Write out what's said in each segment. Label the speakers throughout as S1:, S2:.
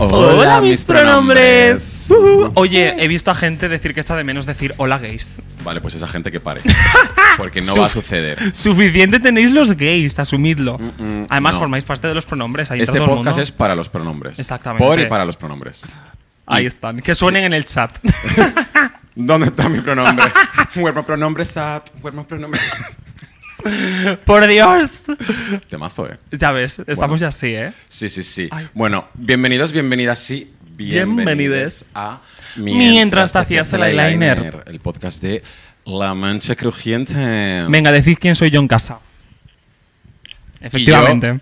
S1: Hola, mis pronombres.
S2: Ujú. Oye, he visto a gente decir que echa de menos decir hola gays.
S1: Vale, pues esa gente que pare. Porque no
S2: Su-
S1: va a suceder.
S2: Suficiente tenéis los gays, asumidlo.
S1: Mm, mm,
S2: Además,
S1: no.
S2: formáis parte de los pronombres. Ahí entra
S1: Este
S2: todo el
S1: podcast
S2: mundo.
S1: es para los pronombres.
S2: Exactamente.
S1: Por y para los pronombres.
S2: Ahí están. Que suenen en el chat.
S1: ¿Dónde está mi pronombre? Huerma pronombre sat. Huerma pronombre
S2: Por Dios.
S1: Temazo, eh.
S2: Ya ves, estamos
S1: Bueno.
S2: ya así, ¿eh?
S1: Sí, sí, sí.
S2: Ay.
S1: Bueno, bienvenidos, bienvenidas y bienvenides
S2: Bienvenides.
S1: a
S2: Mientras te hacías el eyeliner.
S1: el podcast de La Mancha Crujiente.
S2: Venga, decid quién soy yo en casa. Efectivamente.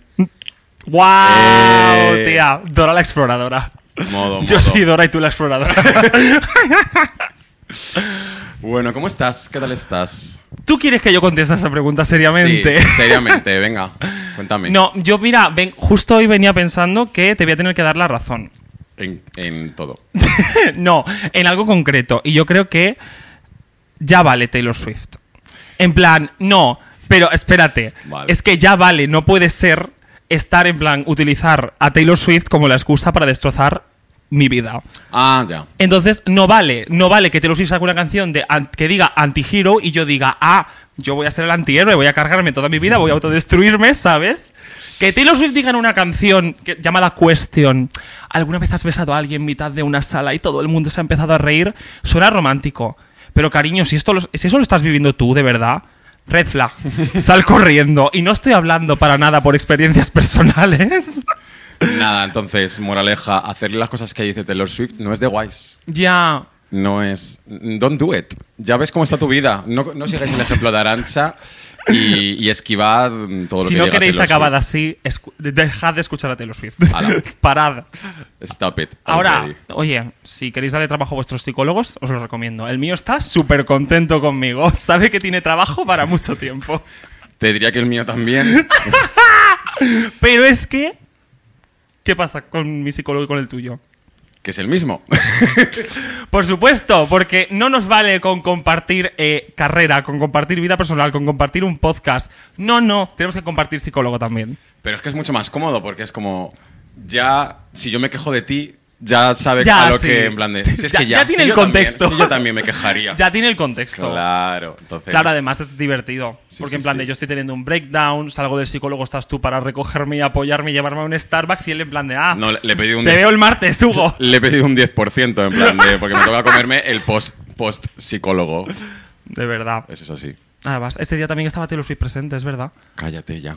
S2: ¡Wow!
S1: Eh.
S2: Tía, Dora la exploradora.
S1: Modo,
S2: Yo
S1: modo.
S2: soy Dora y tú la exploradora.
S1: Bueno, ¿cómo estás? ¿Qué tal estás?
S2: ¿Tú quieres que yo conteste esa pregunta seriamente?
S1: Sí, seriamente, venga, cuéntame.
S2: No, yo mira, ven, justo hoy venía pensando que te voy a tener que dar la razón.
S1: En, en todo.
S2: no, en algo concreto. Y yo creo que ya vale Taylor Swift. En plan, no, pero espérate.
S1: Vale.
S2: Es que ya vale, no puede ser estar en plan, utilizar a Taylor Swift como la excusa para destrozar mi vida.
S1: Ah, ya.
S2: Entonces, no vale, no vale que Taylor Swift saque una canción de, an- que diga anti-hero y yo diga, ah, yo voy a ser el antihéroe, voy a cargarme toda mi vida, voy a autodestruirme, ¿sabes? Que Taylor Swift diga en una canción que, llamada Question, ¿alguna vez has besado a alguien en mitad de una sala y todo el mundo se ha empezado a reír? Suena romántico. Pero cariño, si, esto lo- si eso lo estás viviendo tú, de verdad, red flag, sal corriendo. Y no estoy hablando para nada por experiencias personales.
S1: Nada, entonces, moraleja, hacerle las cosas que dice Taylor Swift no es de guays.
S2: ya.
S1: No es. Don't do it. Ya ves cómo está tu vida. No, no sigáis el ejemplo de Arancha y, y esquivad todo lo
S2: si
S1: que
S2: no
S1: diga
S2: queréis
S1: Taylor
S2: acabar
S1: Swift.
S2: así, escu- de- dejad de escuchar a Taylor Swift.
S1: Ala.
S2: Parad.
S1: Stop it.
S2: Ahora,
S1: already.
S2: oye, si queréis darle trabajo a vuestros psicólogos, os lo recomiendo. El mío está súper contento conmigo. Sabe que tiene trabajo para mucho tiempo.
S1: Te diría que el mío también.
S2: Pero es que. ¿Qué pasa con mi psicólogo y con el tuyo?
S1: Que es el mismo.
S2: Por supuesto, porque no nos vale con compartir eh, carrera, con compartir vida personal, con compartir un podcast. No, no, tenemos que compartir psicólogo también.
S1: Pero es que es mucho más cómodo porque es como. Ya, si yo me quejo de ti, ya sabe
S2: Ya,
S1: a lo
S2: sí.
S1: que. En plan de. Si es
S2: Ya-
S1: que ya,
S2: ya
S1: si
S2: tiene el
S1: yo también-
S2: contexto.
S1: si yo también me quejaría.
S2: Ya tiene el contexto.
S1: Claro, entonces.
S2: Claro, además es divertido.
S1: Sí,
S2: Porque
S1: sí,
S2: en plan
S1: sí.
S2: de yo estoy teniendo un breakdown, salgo del psicólogo, estás tú para recogerme y apoyarme y llevarme a un Starbucks y él en plan de, ah,
S1: No, le- le he pedido un
S2: te
S1: día-
S2: veo el martes, Hugo.
S1: Le he pedido un 10%, en plan de. Porque me toca comerme el post, post psicólogo.
S2: De verdad.
S1: Eso es así.
S2: Además, este día también estaba Taylor Swift presente, es verdad.
S1: Cállate ya.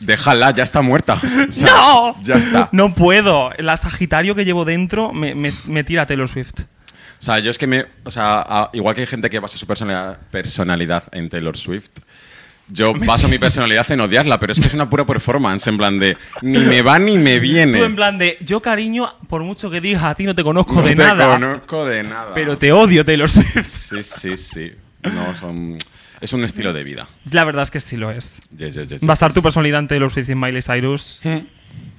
S1: Déjala, ya está muerta. O sea,
S2: ¡No!
S1: Ya está.
S2: No puedo. La Sagitario que llevo dentro me, me- me tira a Taylor Swift.
S1: O sea, yo es que me. O sea, a- igual que hay gente que basa su personalidad, personalidad en Taylor Swift. Yo baso mi personalidad en odiarla, pero es que es una pura performance, en plan de ni me va ni me viene.
S2: Tú en plan de, yo cariño, por mucho que digas a ti no te conozco
S1: no
S2: de
S1: te
S2: nada,
S1: conozco de nada.
S2: pero te odio Taylor Swift.
S1: Sí, sí, sí. No, son... Es un estilo de vida.
S2: La verdad es que sí lo es.
S1: Yes, yes, yes,
S2: Basar tu
S1: yes.
S2: personalidad en Taylor Swift y en Miley Cyrus,
S1: Mm.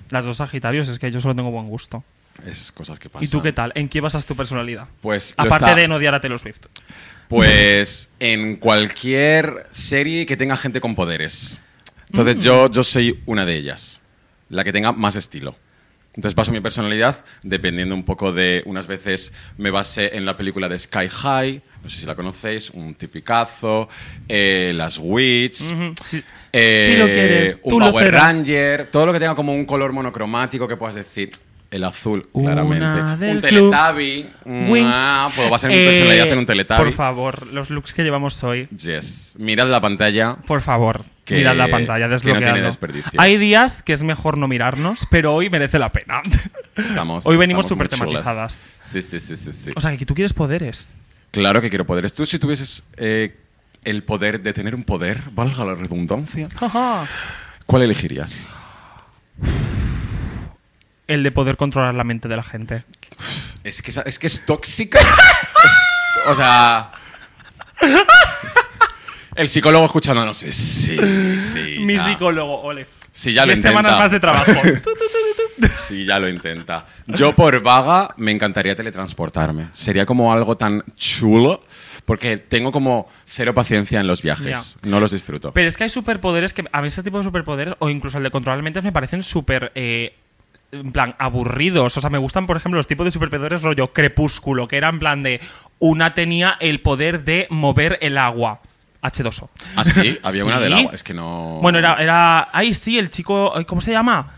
S2: las dos Sagitarios, es que yo solo tengo buen gusto.
S1: Es cosas que pasan.
S2: ¿Y tú qué tal? ¿En qué basas tu personalidad?
S1: Pues lo
S2: Aparte
S1: está-
S2: de no odiar a Taylor Swift.
S1: Pues en cualquier serie que tenga gente con poderes. Entonces yo,
S2: Mm.
S1: yo soy una de ellas, la que tenga más estilo. Entonces paso mi personalidad dependiendo un poco de, unas veces me basé en la película de Sky High, no sé si la conocéis, un tipicazo, eh, las Witch,
S2: Si,
S1: eh,
S2: si lo quieres, tú
S1: un
S2: lo
S1: Power
S2: serás.
S1: Ranger, todo lo que tenga como un color monocromático que puedas decir. El azul,
S2: Una
S1: claramente.
S2: del
S1: Un
S2: club.
S1: Teletubby.
S2: Wings.
S1: Ah, puedo basar mi
S2: Eh,
S1: personalidad en un Teletubby.
S2: Por favor, los looks que llevamos hoy.
S1: Yes. Mirad la pantalla.
S2: Por favor,
S1: Que-
S2: mirad la pantalla,
S1: que no tiene
S2: desbloqueadlo.
S1: desperdicio.
S2: Hay días que es mejor no mirarnos, pero hoy merece la pena.
S1: Estamos.
S2: Hoy venimos
S1: estamos muy
S2: súper
S1: chulas.
S2: tematizadas.
S1: Sí, sí, sí, sí, sí.
S2: o sea, que tú quieres poderes.
S1: claro que quiero poderes. Tú, si tuvieses eh, el poder de tener un poder, valga la redundancia,
S2: Ajá.
S1: ¿cuál elegirías?
S2: El de poder controlar la mente de la gente.
S1: Es que esa- es, que es tóxica. Es- o sea. El psicólogo escuchándonos. Sí, sí. sí
S2: Mi
S1: ya.
S2: psicólogo, ole.
S1: Sí, ya lo
S2: Diez
S1: intenta.
S2: semanas más de trabajo.
S1: Sí, ya lo intenta. Yo por vaga me encantaría teletransportarme. Sería como algo tan chulo porque tengo como cero paciencia en los viajes. No los disfruto.
S2: Pero es que hay superpoderes que a mí ese tipo de superpoderes o incluso el de controlar mentes me parecen súper eh, en plan, aburridos. O sea, me gustan, por ejemplo, los tipos de superpoderes rollo crepúsculo, que era en plan de una tenía el poder de mover el agua. H2O.
S1: Ah, sí, había una del
S2: Sí.
S1: agua. Es que no.
S2: Bueno, era, era. Ay, sí, el chico. ay, ¿Cómo se llama?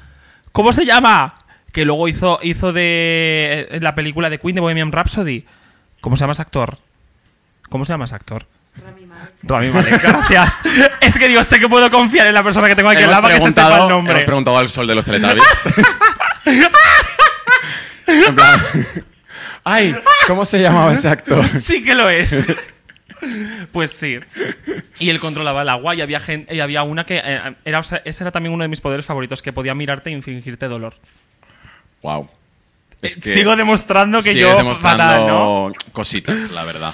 S2: ¿Cómo se llama? Que luego hizo, hizo de. en la película de Queen de Bohemian Rhapsody. ¿Cómo se llama ese actor? ¿Cómo se llama ese actor?
S3: Rami Malek.
S2: Rami Malek, gracias. es que digo, sé que puedo confiar en la persona que tengo aquí al
S1: Hemos
S2: lado para que se sepa el
S1: preguntado-
S2: nombre.
S1: Hemos preguntado al sol de los Teletubbies. En plan, Ay, ¿cómo se llamaba ese actor?
S2: Sí que lo es. Pues sí. Y él controlaba el agua y había, gen- y había una que... eh, era, o sea, ese era también uno de mis poderes favoritos, que podía mirarte e infligirte dolor.
S1: Wow. Es
S2: Eh,
S1: que
S2: Sigo demostrando que
S1: sigues
S2: yo...
S1: demostrando
S2: fatal, ¿no?
S1: cositas, la verdad.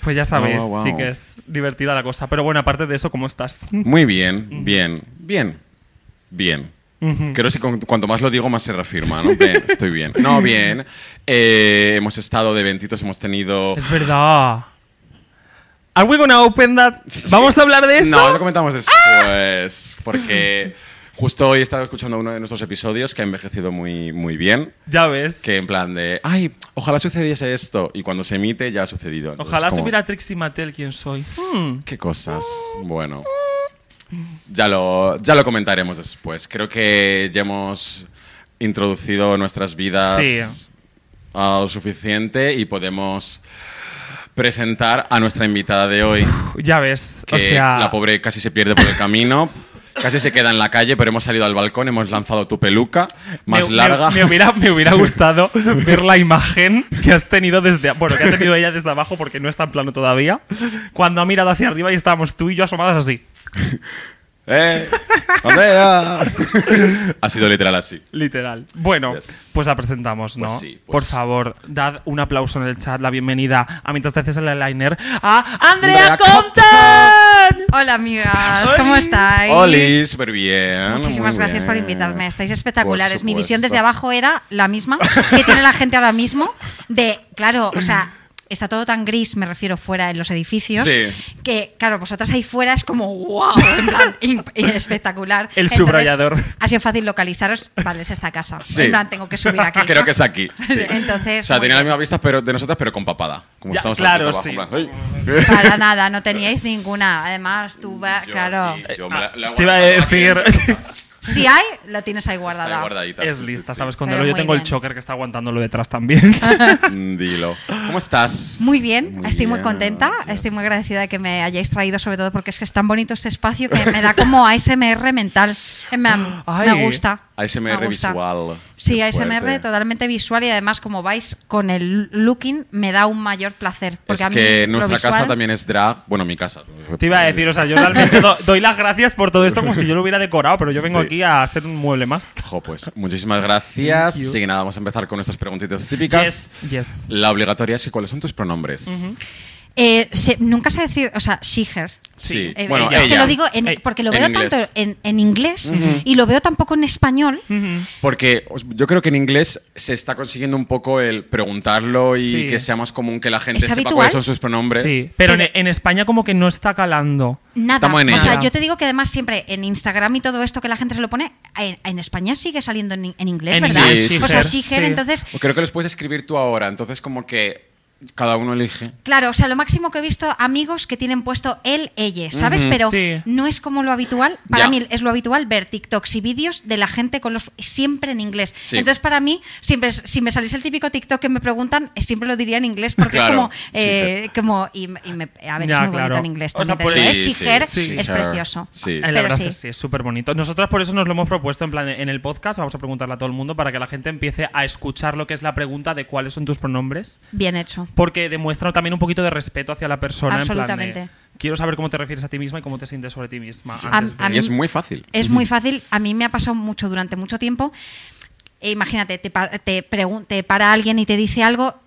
S2: Pues ya sabéis,
S1: Guau, guau,
S2: sí
S1: guau.
S2: que es divertida la cosa. Pero bueno, aparte de eso, ¿cómo estás?
S1: Muy bien, bien, bien, bien. Creo que con- cuanto más lo digo, más se reafirma, ¿no? Bien, estoy bien. No, bien. Eh, hemos estado de ventitos, hemos tenido...
S2: es verdad. ¿Are we gonna open that? ¿Vamos a hablar de eso? ¡Ah!
S1: No, lo comentamos después, porque justo hoy he estado escuchando uno de nuestros episodios que ha envejecido muy, muy bien,
S2: Ya ves.
S1: que en plan de, ay, ojalá sucediese esto, y cuando se emite ya ha sucedido. Entonces,
S2: Ojalá
S1: como,
S2: supiera Trixie Mattel quién soy. Hmm.
S1: Qué cosas. Bueno. Ya lo, ya lo comentaremos después. Creo que ya hemos introducido nuestras vidas
S2: Sí.
S1: a lo suficiente y podemos presentar a nuestra invitada de hoy
S2: Ya ves.
S1: que
S2: Hostia.
S1: la pobre casi se pierde por el camino. Casi se queda en la calle, pero hemos salido al balcón, hemos lanzado tu peluca
S2: Me-
S1: más
S2: me-
S1: larga.
S2: Me, hubiera, me hubiera gustado ver la imagen que has tenido desde. Bueno, que ha tenido ella desde abajo porque no está en plano todavía. Cuando ha mirado hacia arriba y estábamos tú y yo asomadas así.
S1: ¡Eh! ¡Andrea! ha sido literal así.
S2: Literal. Bueno,
S1: Yes.
S2: pues la presentamos, ¿no?
S1: Pues sí, pues.
S2: Por favor, dad un aplauso en el chat, la bienvenida a mientras te haces el eyeliner a Andrea
S1: Andrea Compton.
S2: Compton.
S3: Hola, amigas.
S2: Oli.
S3: ¿Cómo estáis?
S1: Oli, súper bien.
S3: Muchísimas
S1: muy
S3: gracias por
S1: bien.
S3: invitarme. Estáis
S1: Por
S3: espectaculares. Mi visión
S1: supuesto.
S3: desde abajo era la misma que tiene la gente ahora mismo. De, claro, o sea, está todo tan gris, me refiero fuera en los edificios,
S1: Sí.
S3: que, claro, vosotras ahí fuera es como wow, en plan, in- espectacular.
S2: El
S3: Entonces,
S2: subrayador.
S3: Ha sido fácil localizaros. Vale, es esta casa.
S1: Sí.
S3: En plan, tengo que subir aquí.
S1: Ah, Creo que es aquí. sí.
S3: Entonces,
S1: o sea,
S3: muy
S1: tenía la
S3: bien.
S1: misma vista pero de nosotras, pero con papada. Como
S2: Ya,
S1: estamos
S2: claro,
S1: antes
S2: sí.
S1: abajo, en plan, ¡ay!
S3: Para nada, no teníais ninguna. Además, tú, va-
S1: Yo
S3: ah, claro.
S1: aquí, yo me la- la he
S2: Ah, Te iba a
S1: guardado aquí.
S2: decir.
S3: Si hay, la tienes
S1: Está
S3: ahí
S1: ahí
S3: guardada.
S1: guardadita,
S2: es
S1: sí, sí,
S2: lista,
S1: sí.
S2: ¿sabes?
S3: Pero
S2: Cuando yo
S3: muy
S2: tengo el
S3: bien.
S2: choker que está aguantándolo detrás también.
S1: Mm, Dilo. ¿Cómo estás?
S3: Muy bien,
S1: Muy
S3: estoy muy
S1: bien,
S3: contenta,
S1: gracias.
S3: estoy muy agradecida de que me hayáis traído, sobre todo porque es que es tan bonito este espacio que me da como ASMR mental. Eh, Me,
S2: Ay.
S3: me gusta.
S1: ASMR
S3: me gusta.
S1: visual.
S3: Sí,
S1: Qué
S3: ASMR
S1: fuerte.
S3: totalmente visual y además como vais con el looking me da un mayor placer. Porque
S1: es
S3: a mí
S1: que
S3: lo
S1: nuestra casa
S3: visual-
S1: también es drag. Bueno, mi casa.
S2: Te iba a decir, o sea, yo realmente do- doy las gracias por todo esto como si yo lo hubiera decorado, pero yo vengo
S1: Sí.
S2: aquí a hacer un mueble más.
S1: Jo, pues muchísimas gracias.
S2: Thank you.
S1: Sí, nada, vamos a empezar con nuestras preguntitas típicas.
S2: Yes, yes.
S1: La obligatoria es que cuáles son tus pronombres.
S3: Eh, se- nunca sé decir, o sea, she, her.
S1: Sí.
S3: Eh,
S1: Bueno,
S3: es que
S1: ella.
S3: lo digo en-
S2: Ey,
S3: porque lo
S1: en
S3: veo
S1: inglés.
S3: tanto en, en inglés y lo veo tampoco en español.
S1: Porque os- yo creo que en inglés se está consiguiendo un poco el preguntarlo y
S2: Sí.
S1: que sea más común que la gente sepa
S3: habitual?
S1: cuáles son sus pronombres.
S2: Sí, pero en,
S3: Pero-
S2: en España como que no está calando.
S3: Nada.
S1: Estamos en
S3: o sea,
S2: ello.
S3: yo te digo que además siempre en Instagram y todo esto que la gente se lo pone, en, en España sigue saliendo en, en inglés,
S2: En
S3: ¿verdad?
S1: inglés, Sí,
S3: o sea,
S2: sí.
S3: Siger,
S2: Sí.
S3: entonces.
S1: O Creo que los puedes escribir tú ahora, entonces como que cada uno elige.
S3: Claro, o sea, lo máximo que he visto amigos que tienen puesto él, ella, ¿sabes? Pero
S2: sí.
S3: no es como lo habitual. Para
S1: Ya.
S3: mí es lo habitual ver TikToks y vídeos de la gente con los siempre en inglés.
S1: Sí.
S3: Entonces, para mí, siempre es- si me salís el típico TikTok que me preguntan, eh, siempre lo diría en inglés porque
S1: Claro,
S3: es como, eh, como y, y me- a ver,
S2: Ya,
S3: es
S2: claro.
S3: muy bonito en inglés.
S2: O sea,
S3: también te
S2: por-
S3: digo,
S1: Sí,
S3: ¿eh?
S1: sí,
S3: Siger
S1: sí.
S3: es
S1: Her.
S3: precioso.
S1: Sí.
S2: Eh, La
S3: Pero
S2: verdad
S3: sí.
S2: es que sí, es súper bonito. Nosotras por eso nos lo hemos propuesto en plan en el podcast, vamos a preguntarle a todo el mundo para que la gente empiece a escuchar lo que es la pregunta de cuáles son tus pronombres,
S3: Bien hecho.
S2: porque demuestra también un poquito de respeto hacia la persona. en plan de,
S3: Absolutamente.
S2: Quiero saber cómo te refieres a ti misma y cómo te sientes sobre ti misma.
S3: A-
S2: antes de-
S3: a
S1: y
S3: mí-
S1: es muy fácil.
S3: Es muy fácil. A mí me ha pasado mucho durante mucho tiempo. E imagínate, te, pa- te, pregun- te para alguien y te dice algo.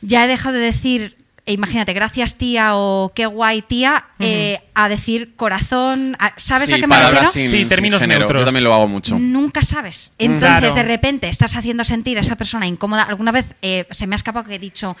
S3: Ya he dejado de decir, e imagínate, gracias tía o qué guay tía, eh, a decir corazón. a- ¿Sabes
S1: Sí,
S3: a qué me refiero?
S1: palabras sin-
S2: Sí,
S1: sin
S2: términos
S1: género.
S2: neutros.
S1: Yo también lo hago mucho.
S3: Nunca sabes. Entonces,
S2: Claro.
S3: de repente, estás haciendo sentir a esa persona incómoda. Alguna vez eh, se me ha escapado que he dicho,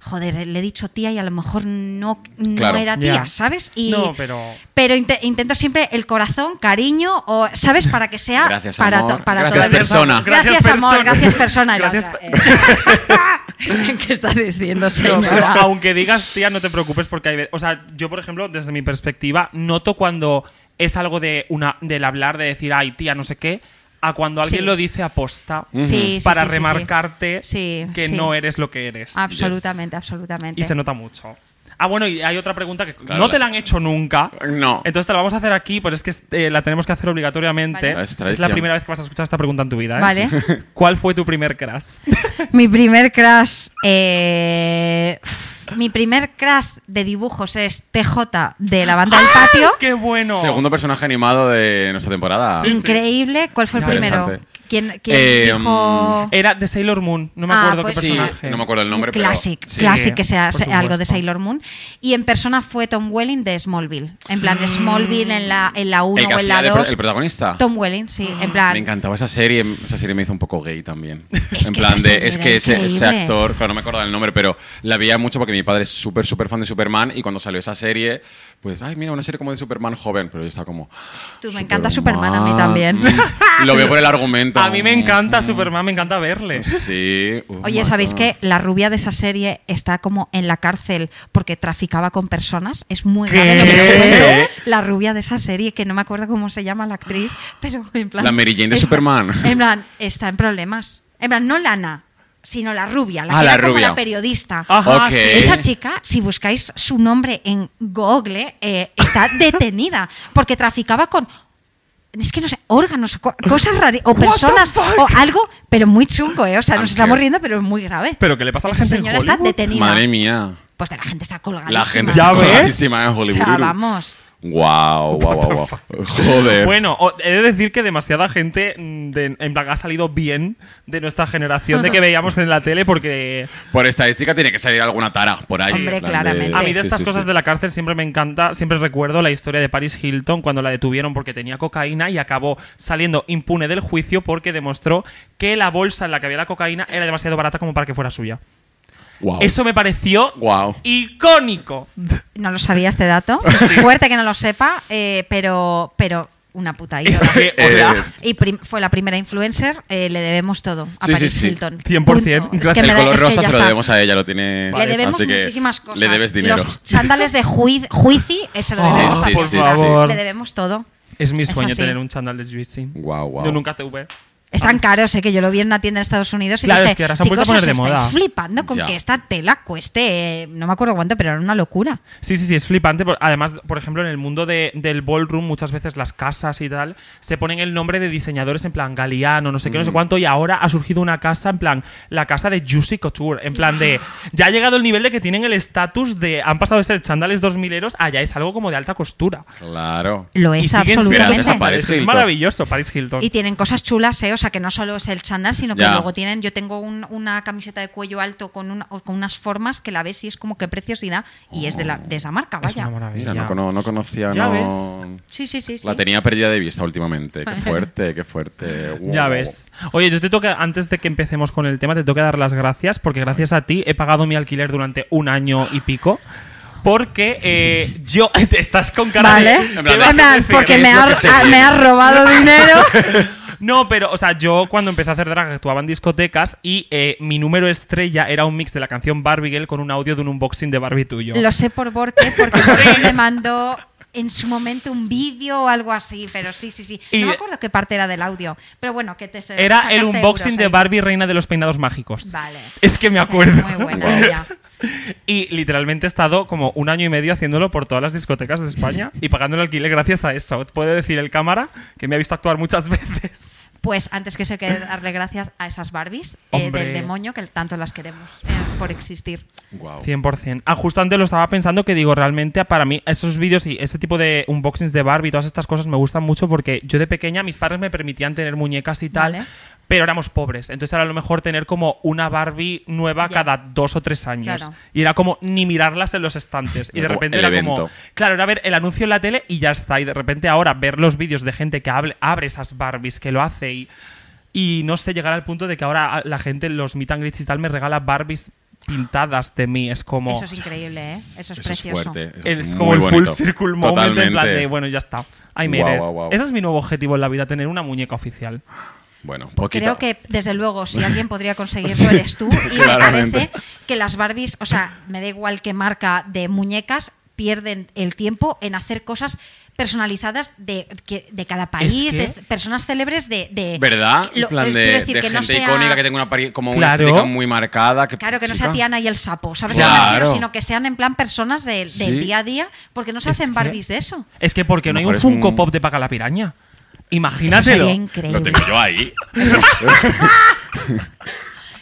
S3: joder, le he dicho tía y a lo mejor no, no
S1: Claro.
S3: era tía,
S2: Ya.
S3: ¿sabes? Y,
S2: No, pero-
S3: pero inte- intento siempre el corazón, cariño, o, ¿sabes? Para que sea
S1: Gracias,
S3: para,
S1: amor.
S3: to- para
S1: Gracias,
S3: todo el mundo.
S1: persona.
S3: Gracias, amor, gracias, persona. y la
S2: Gracias,
S3: otra, eh, ¿Qué está diciendo,
S2: No,
S3: señora?
S2: pero aunque digas, tía, no te preocupes porque hay... ve- O sea, yo, por ejemplo, desde mi perspectiva, noto cuando es algo de una, del hablar, de decir, ay, tía, no sé qué, a cuando alguien
S3: Sí.
S2: lo dice aposta
S3: Sí, sí, sí,
S2: para
S3: sí, sí.
S2: remarcarte
S3: Sí,
S2: que
S3: sí.
S2: no eres lo que eres.
S3: Absolutamente, absolutamente.
S2: Y se nota mucho. Ah, bueno, y hay otra pregunta que
S1: Claro,
S2: no te
S1: las-
S2: la han hecho nunca.
S1: No.
S2: Entonces te la vamos a hacer aquí, pero es que eh, la tenemos que hacer obligatoriamente.
S3: Vale.
S1: Es
S2: Es la
S1: tradición.
S2: primera vez que vas a escuchar esta pregunta en tu vida. ¿eh?
S3: Vale.
S2: ¿Cuál fue tu primer crush?
S3: Mi primer crash. mi primer crash de dibujos es TJ de la
S2: ¡Ah!
S3: banda del patio.
S2: ¡Qué bueno!
S1: Segundo personaje animado de nuestra temporada.
S3: Increíble. ¿Cuál fue el primero?
S1: Interesante.
S3: ¿Quién, quién
S1: Eh,
S3: dijo.?
S2: Era de Sailor Moon, no me
S3: Ah,
S2: acuerdo
S3: pues
S2: qué
S1: sí,
S2: personaje.
S1: no me acuerdo el nombre,
S3: Un
S1: pero-
S3: classic,
S1: sí.
S3: classic, que sea
S2: por
S3: sea algo de
S2: supuesto.
S3: Sailor Moon. Y en persona fue Tom Welling de Smallville. En plan,
S2: Ah.
S3: de Smallville en la 1 en la
S1: El
S3: uno
S1: que
S3: o en
S1: hacía
S3: la
S1: de pro-
S3: 2.
S1: el protagonista.
S3: Tom Welling, sí. En
S2: Ah.
S3: plan.
S1: Me encantaba esa serie, esa serie me hizo un poco gay también.
S3: Es
S1: en
S3: que
S1: plan
S3: esa
S1: de,
S3: serie
S1: es
S3: era
S1: que ese, ese
S3: increíble.
S1: actor, claro, no me acordaba el nombre, pero la veía mucho porque mi padre es súper, súper fan de Superman y cuando salió esa serie, pues, ay, mira, una serie como de Superman joven, pero yo estaba como...
S3: Tú, me encanta Superman, a mí también.
S1: mm. Lo veo por el argumento.
S2: A mí me
S1: Mm,
S2: encanta Superman, me encanta verle.
S1: Sí. oh
S3: Oye,
S1: my
S3: ¿sabéis
S1: God.
S3: que la rubia de esa serie está como en la cárcel porque traficaba con personas? Es muy
S2: ¿Qué?
S3: grave lo que te cuento. La rubia de esa serie, que no me acuerdo cómo se llama la actriz, pero en plan...
S1: La Mary Jane de
S3: está-
S1: Superman.
S3: En plan, está en problemas. En plan, no Lana, sino la rubia, la
S1: Ah,
S3: que
S1: la
S3: era como
S1: rubia.
S3: la periodista.
S2: Ajá,
S1: Ok.
S2: sí.
S3: Esa chica, si buscáis su nombre en Google, eh, está detenida porque traficaba con. Es que no sé, órganos, co- cosas raras, o personas, o algo, pero muy chungo, ¿eh? O sea,
S1: I'm
S3: nos estamos
S1: scared.
S3: riendo, pero es muy grave.
S2: Pero ¿qué le pasa a la
S3: Esa
S2: gente en
S3: señora está
S2: Hollywood?
S3: detenida.
S1: Madre mía.
S3: Pues que la gente está colgada.
S1: La gente
S2: Ya
S1: está
S2: ves.
S1: colgadísima en Hollywood.
S3: O sea, vamos.
S1: Wow, wow, wow, Joder.
S2: Bueno, o- he de decir que demasiada gente mm, de- en plan ha salido bien de nuestra generación de que veíamos en la tele porque
S1: Por estadística tiene que salir alguna tara por ahí.
S3: Hombre,
S1: en plan de-
S3: claramente.
S2: a mí
S3: Sí,
S2: de estas
S1: sí, sí,
S2: cosas
S1: sí.
S2: de la cárcel siempre me encanta, siempre recuerdo la historia de Paris Hilton cuando la detuvieron porque tenía cocaína y acabó saliendo impune del juicio porque demostró que la bolsa en la que había la cocaína era demasiado barata como para que fuera suya.
S1: Guau.
S2: Eso me pareció
S1: Guau.
S2: icónico.
S3: No lo sabía este dato. Fuerte que no lo sepa, eh, pero, pero una puta
S2: Es
S3: ídola.
S2: que, o sea,
S1: Eh,
S3: Y prim- fue la primera influencer, eh, le debemos todo a
S1: Sí, sí,
S3: Paris
S1: sí.
S3: Hilton.
S2: 100%.
S3: Punto.
S2: Gracias.
S3: me
S1: el
S3: da-
S1: color
S3: es que
S1: rosa
S3: ya
S1: se lo
S3: está.
S1: debemos a ella, lo tiene.
S3: Le debemos
S1: así que
S3: muchísimas cosas.
S1: Le debes dinero.
S3: Los chándales de juiz, juici, eh, se lo
S2: Oh,
S3: debemos a
S1: sí,
S3: Paris
S1: sí,
S3: Hilton.
S2: sí.
S3: Le debemos todo.
S2: Es mi
S3: Es
S2: sueño
S3: así.
S2: tener un chándal de Juicy.
S1: Guau, guau.
S2: Yo nunca tuve.
S3: Están
S1: Ah.
S3: caros, eh, que yo lo vi en una tienda de Estados Unidos y
S2: Claro,
S3: dije,
S2: es que ahora se han
S3: chicos,
S2: vuelto a
S3: os
S2: poner de
S3: estáis
S2: moda".
S3: flipando con
S1: Ya.
S3: que esta tela cueste, eh, no me acuerdo cuánto, pero era una locura.
S2: Sí, sí, sí, es flipante. por- Además, por ejemplo, en el mundo de- del ballroom, muchas veces las casas y tal se ponen el nombre de diseñadores en plan Galeano, no sé qué,
S1: Mm.
S2: no sé cuánto. Y ahora ha surgido una casa en plan, la casa de Juicy Couture. En plan de, ya ha llegado el nivel de que tienen el estatus de, han pasado de ser chándales 2000 eros a ya es algo como de alta costura.
S1: Claro.
S3: Lo
S2: Y
S3: es
S2: siguen
S1: Gracias a
S2: siendo
S3: absolutamente.
S1: Paris
S2: chándales. Es
S1: Hilton.
S2: maravilloso, Paris Hilton.
S3: Y tienen cosas chulas, ¿eh? O sea, que no solo es el chándal, sino que
S1: Ya.
S3: luego tienen... Yo tengo un- una camiseta de cuello alto con, un- con unas formas que la ves y es como que preciosidad. Y es de, la, de esa marca,
S2: Es una
S3: vaya.
S2: maravilla.
S1: Mira, no, cono- no conocía.
S2: Ya
S1: no-
S3: Sí, sí, sí. sí.
S1: La tenía perdida de vista últimamente. Qué fuerte, qué fuerte. Guau.
S2: Ya ves. Oye, yo te toca, antes de que empecemos con el tema, te toca dar las gracias, porque gracias a ti he pagado mi alquiler durante un año y pico. Porque eh, yo. te Estás con cara
S3: Vale.
S2: de-
S1: En plan,
S2: ¿qué
S1: en
S2: vas a
S1: plan,
S2: decir?
S3: ¿Eh? porque me
S1: es lo
S3: ha,
S1: que se
S3: ah,
S1: viene.
S3: me ha robado dinero.
S2: No, pero, o sea, yo cuando empecé a hacer drag actuaba en discotecas y eh, mi número estrella era un mix de la canción Barbie Girl con un audio de un unboxing de Barbie tuyo.
S3: Lo sé por Borque, porque Borque me mandó en su momento un vídeo o algo así, pero sí, sí, sí.
S2: Y-
S3: No me acuerdo qué parte era del audio, pero bueno, que te se-
S2: Era
S3: sacaste
S2: el unboxing
S3: euros ¿eh?
S2: de
S3: ahí.
S2: Barbie, reina de los peinados mágicos.
S3: Vale.
S2: Es que me acuerdo.
S3: Muy buena ella.
S2: Y literalmente he estado como un año y medio haciéndolo por todas las discotecas de España y pagando el alquiler gracias a eso. Puede decir el cámara que me ha visto actuar muchas veces.
S3: Pues antes que eso hay que darle gracias a esas Barbies eh,
S2: Hombre.
S3: del demonio que tanto las queremos eh, por existir.
S1: Guau.
S2: 100%. Ah, justo antes lo estaba pensando que digo, realmente para mí esos vídeos y ese tipo de unboxings de Barbie y todas estas cosas me gustan mucho porque yo de pequeña mis padres me permitían tener muñecas y tal.
S3: Vale.
S2: Pero éramos pobres, entonces era a lo mejor tener como una Barbie nueva
S3: Ya.
S2: cada dos o tres años.
S3: Claro.
S2: Y era como ni mirarlas en los estantes. Y de
S1: Como
S2: repente
S1: el
S2: era como.
S1: evento.
S2: Claro, era ver el anuncio en la tele y ya está. Y de repente ahora ver los vídeos de gente que hable- abre esas Barbies, que lo hace y, y no sé, llegar al punto de que ahora a- la gente, los meet and greets y tal, me regala Barbies pintadas de mí. Es como.
S3: Eso es increíble, ¿eh? Eso es
S1: Eso es
S3: precioso.
S1: fuerte. eso
S2: es,
S1: muy
S2: como el full
S1: bonito.
S2: circle moment en plan
S1: Totalmente.
S2: de, bueno, ya está. I made
S1: Guau,
S2: it.
S1: guau, guau.
S2: Ese es mi nuevo objetivo en la vida, tener una muñeca oficial.
S1: Bueno, poquito.
S3: Creo que, desde luego, si alguien podría conseguirlo, eres tú. Y me
S1: claramente.
S3: parece que las Barbies, o sea, me da igual qué marca de muñecas, pierden el tiempo en hacer cosas personalizadas de, que- de cada país,
S2: que-
S3: de c- personas célebres de... de-
S1: ¿Verdad?
S3: Eh,
S1: en
S3: Lo-
S1: plan
S3: es-
S1: de,
S3: quiero decir
S1: de
S3: que
S1: gente
S3: no sea-
S1: icónica que tenga una, pari- como una
S2: Claro.
S1: estética muy marcada. Que,
S3: Claro, que no
S1: chica,
S3: sea Tiana y el sapo, ¿sabes? a qué me
S1: Claro.
S3: refiero? Sino que sean en plan personas de-
S1: Sí.
S3: del día a día, porque no se
S2: Es
S3: hacen
S2: que-
S3: Barbies de eso.
S2: Es que porque no hay
S1: Mejor
S2: un
S1: es un-
S2: Funko Pop de Paca la Piraña.
S3: Eso
S2: Imagínatelo.
S3: sería increíble.
S1: Lo tengo yo ahí.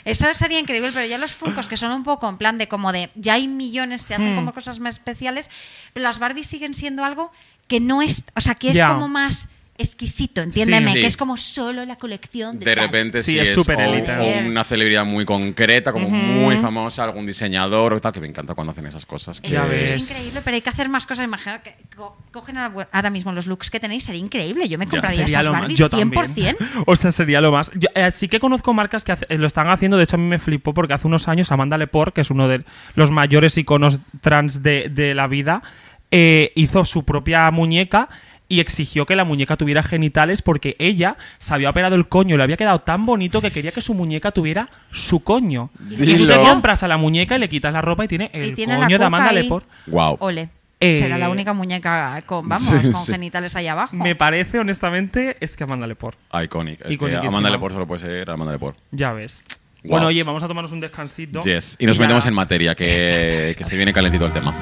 S3: Eso sería increíble, pero ya los Funkos que son un poco en plan de como de ya hay millones, se
S2: Hmm.
S3: hacen como cosas más especiales, pero las Barbies siguen siendo algo que no es, o sea, que es
S2: Ya.
S3: como más exquisito, entiéndeme,
S1: Sí. Sí.
S3: que es como solo la colección de,
S1: De
S3: tal.
S1: repente,
S2: Sí,
S1: si
S2: es
S1: es,
S2: súper
S1: o-
S2: élite.
S1: o una celebridad muy concreta, como muy famosa, algún diseñador o tal, que me encanta cuando hacen esas cosas. Que
S2: Ya
S3: Eso
S2: ves.
S3: es increíble, pero hay que hacer más cosas. Imaginar que co- cogen ahora ahora mismo los looks que tenéis, sería increíble. Yo me compraría
S2: Sería
S3: esas
S2: lo más.
S3: Barbies
S2: Yo
S3: 100%.
S2: también. O sea, sería lo más. Yo, eh, sí que conozco marcas que hace- eh, lo están haciendo. De hecho, a mí me flipó porque hace unos años Amanda Lepore, que es uno de los mayores iconos trans de, de la vida, eh, hizo su propia muñeca y exigió que la muñeca tuviera genitales porque ella se había operado el coño y le había quedado tan bonito que quería que su muñeca tuviera su coño. Y tú te
S1: Dilo.
S2: compras a la muñeca y le quitas la ropa y tiene el
S3: y tiene la
S2: coño de
S3: coca
S2: Amanda
S3: ahí.
S2: Lepore.
S1: Guau.
S3: Ole.
S2: Eh,
S3: Será la única muñeca con, vamos,
S1: Sí,
S3: con
S1: sí.
S3: genitales ahí abajo.
S2: Me parece, honestamente, es que Amanda Lepore.
S1: Iconic. Es que
S2: Iconiquísimo.
S1: Amanda Lepore solo puede ser Amanda Lepore.
S2: Ya ves.
S1: Guau.
S2: Bueno, oye, vamos a tomarnos un descansito.
S1: Yes. Y nos
S2: ya-
S1: metemos en materia, que, que se viene calentito el tema.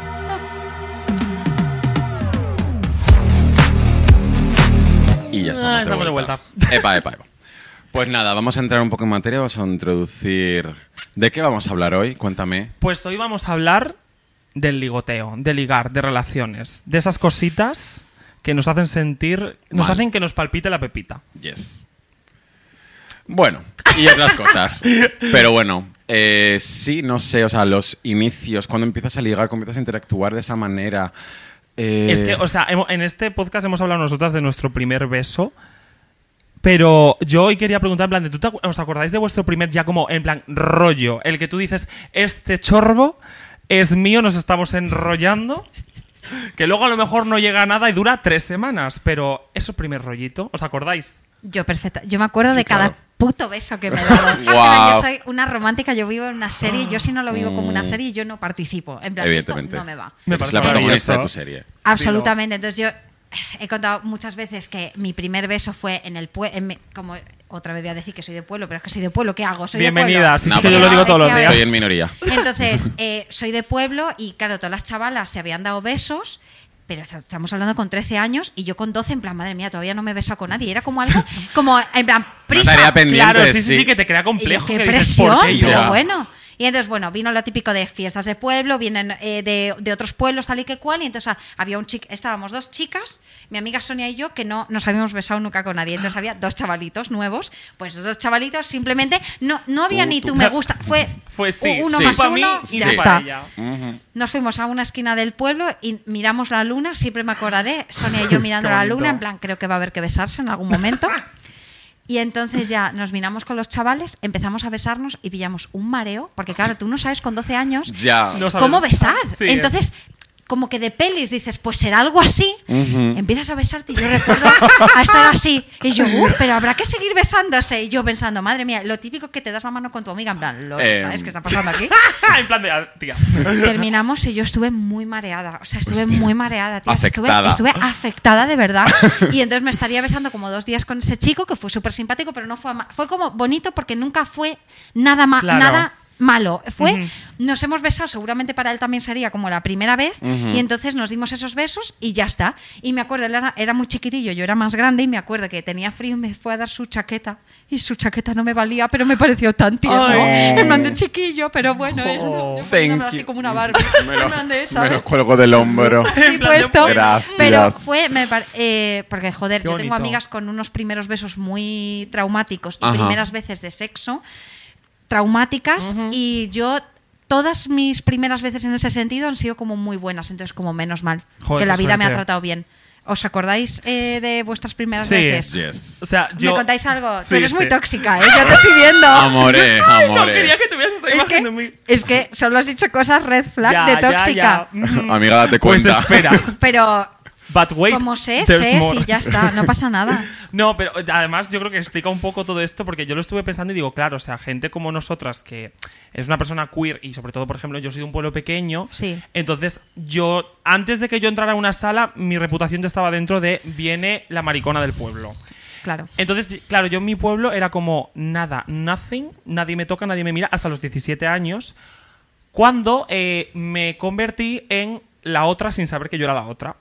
S1: Y ya estamos,
S2: Ah, estamos de
S1: Epa, epa, epa. Pues nada, vamos a entrar un poco en materia, vamos a introducir... ¿De qué vamos a hablar hoy? Cuéntame.
S2: Pues hoy vamos a hablar del ligoteo, de ligar, de relaciones, de esas cositas que nos hacen sentir, nos
S1: Mal.
S2: hacen que nos palpite la pepita.
S1: Yes. Bueno, y otras cosas. Pero bueno, eh, sí, no sé, o sea, los inicios, cuando empiezas a ligar, cuando empiezas a interactuar de esa manera... eh,
S2: Es que, o sea, hemo- en este podcast hemos hablado nosotras de nuestro primer beso. Pero yo hoy quería preguntar, en plan, de, ¿tú te acu- ¿os acordáis de vuestro primer ya como, en plan, rollo? El que tú dices, este chorbo es mío, nos estamos enrollando. Que luego a lo mejor no llega a nada y dura tres semanas. Pero eso primer rollito, ¿os acordáis?
S3: Yo perfecta. Yo me acuerdo
S1: Sí,
S3: de cada
S1: claro.
S3: puto beso que me he dado. En plan,
S1: Guau. Mm.
S3: Yo soy una romántica, yo vivo en una serie, yo si no lo vivo como una serie, yo no participo. En plan, esto
S1: Evidentemente.
S3: no me va.
S2: Me
S1: eres
S2: parece
S1: la protagonista de tu
S2: maravilloso.
S1: serie.
S3: Absolutamente. Entonces yo he contado muchas veces que mi primer beso fue en el pueblo, como otra vez voy a decir que soy de pueblo, pero es que soy de pueblo, ¿qué hago? Soy
S2: Bienvenida,
S3: de pueblo.
S2: sí,
S1: sí, pues que yo
S3: ¿Qué
S1: lo digo
S3: hago?
S2: todos los
S3: ¿Qué
S2: días.
S3: hago?
S1: Estoy en minoría.
S3: Entonces, eh, soy de pueblo y claro, todas las chavalas se habían dado besos. Pero est- estamos hablando con 13 años y yo con 12, en plan, madre mía, todavía no me he besado con nadie. Era como algo, como, en plan, prisa.
S1: tarea pendiente.
S2: Claro, sí,
S1: Pendientes,
S2: sí, sí,
S1: sí.
S2: que te crea
S3: Y yo,
S2: complejo.
S3: qué
S2: que dices, ¿por
S3: presión,
S2: qué yo?
S3: pero
S1: Ya.
S3: bueno. Y entonces, bueno, vino lo típico de fiestas de pueblo, vienen eh, de, de otros pueblos, tal y que cual. Y entonces ah, había un chico, estábamos dos chicas, mi amiga Sonia y yo, que no nos habíamos besado nunca con nadie. Entonces había dos chavalitos nuevos. Pues los dos chavalitos simplemente, no, no había
S1: Tú,
S3: ni
S1: tú.
S3: tú me gusta, fue,
S2: Fue Pues sí,
S3: u- uno
S1: sí.
S3: más
S2: Para
S3: uno
S2: mí
S3: y
S2: sí.
S3: ya
S1: Sí.
S3: está.
S2: Para ella.
S3: Nos fuimos a una esquina del pueblo y miramos la luna, siempre me acordaré, Sonia y yo mirando
S2: Qué
S3: la
S2: bonito.
S3: luna, en plan, creo que va a haber que besarse en algún momento. Y entonces ya nos miramos con los chavales, empezamos a besarnos y pillamos un mareo, porque claro, tú no sabes con 12 años
S1: Ya.
S2: No sabes.
S3: cómo besar.
S2: Sí.
S3: Entonces, como que de pelis dices, pues será algo así, empiezas a besarte y yo recuerdo a estar así. Y yo, "Uh, pero habrá que seguir besándose. Y yo pensando, madre mía, lo típico que te das la mano con tu amiga, en plan, "Lol,
S1: Eh,
S3: ¿sabes qué está pasando aquí?
S2: en plan de, ah, tía.
S3: terminamos y yo estuve muy mareada. O sea, estuve muy mareada, tía. Estuve,
S1: Afectada.
S3: estuve afectada de verdad. Y entonces me estaría besando como dos días con ese chico que fue súper simpático, pero no fue ama- fue como bonito porque nunca fue nada ma-
S2: Claro.
S3: nada malo. Fue nos hemos besado, seguramente para él también sería como la primera vez y entonces nos dimos esos besos y ya está. Y me acuerdo él era, era muy chiquitillo, yo era más grande y me acuerdo que tenía frío y me fue a dar su chaqueta y su chaqueta no me valía, pero me pareció tan tierno,
S2: Ay.
S3: en plan de chiquillo, pero bueno, esto yo
S2: Thank
S3: poniéndome así
S1: you.
S3: como una Barbie.
S1: Me lo,
S3: en plan de,
S1: me lo
S3: ¿sabes?
S1: cuelgo del hombro.
S3: Así
S2: En plan de
S3: puesto.
S1: Gracias.
S3: Pero fue, me par- eh, porque joder,
S2: Qué
S3: yo tengo
S2: bonito.
S3: amigas con unos primeros besos muy traumáticos y
S1: Ajá.
S3: primeras veces de sexo traumáticas y yo todas mis primeras veces en ese sentido han sido como muy buenas, entonces como menos mal
S2: Joder,
S3: que la
S2: qué
S3: vida me ha
S2: suerte.
S3: tratado bien. ¿Os acordáis eh, de vuestras primeras
S2: Sí.
S3: veces?
S1: Yes.
S2: O sea, yo.
S3: ¿Me contáis algo?
S2: Sí,
S3: Tú eres
S2: sí.
S3: muy tóxica, ¿eh? Yo te estoy viendo.
S1: Amore,
S2: Ay, no
S1: amore.
S2: quería que tuvieras esta
S3: Es
S2: imagen de
S3: que,
S2: mí.
S3: es que solo has dicho cosas red flag
S2: Ya,
S3: de
S2: ya,
S3: tóxica.
S2: ya. Mm.
S1: Amiga, date
S2: Pues
S1: cuenta.
S2: espera.
S3: Pero
S2: But wait,
S3: como sé,
S2: there's
S3: sé
S2: more.
S3: si ya está, no pasa nada.
S2: No, pero eh, además yo creo que explica un poco todo esto porque yo lo estuve pensando y digo, claro, o sea, gente como nosotras que es una persona queer y sobre todo, por ejemplo, yo soy de un pueblo pequeño,
S3: Sí.
S2: entonces yo, antes de que yo entrara a una sala, mi reputación ya estaba dentro de viene la maricona del pueblo.
S3: Claro.
S2: Entonces, y- claro, yo en mi pueblo era como nada, nothing, nadie me toca, nadie me mira, hasta los 17 años, cuando eh, me convertí en la otra sin saber que yo era la otra,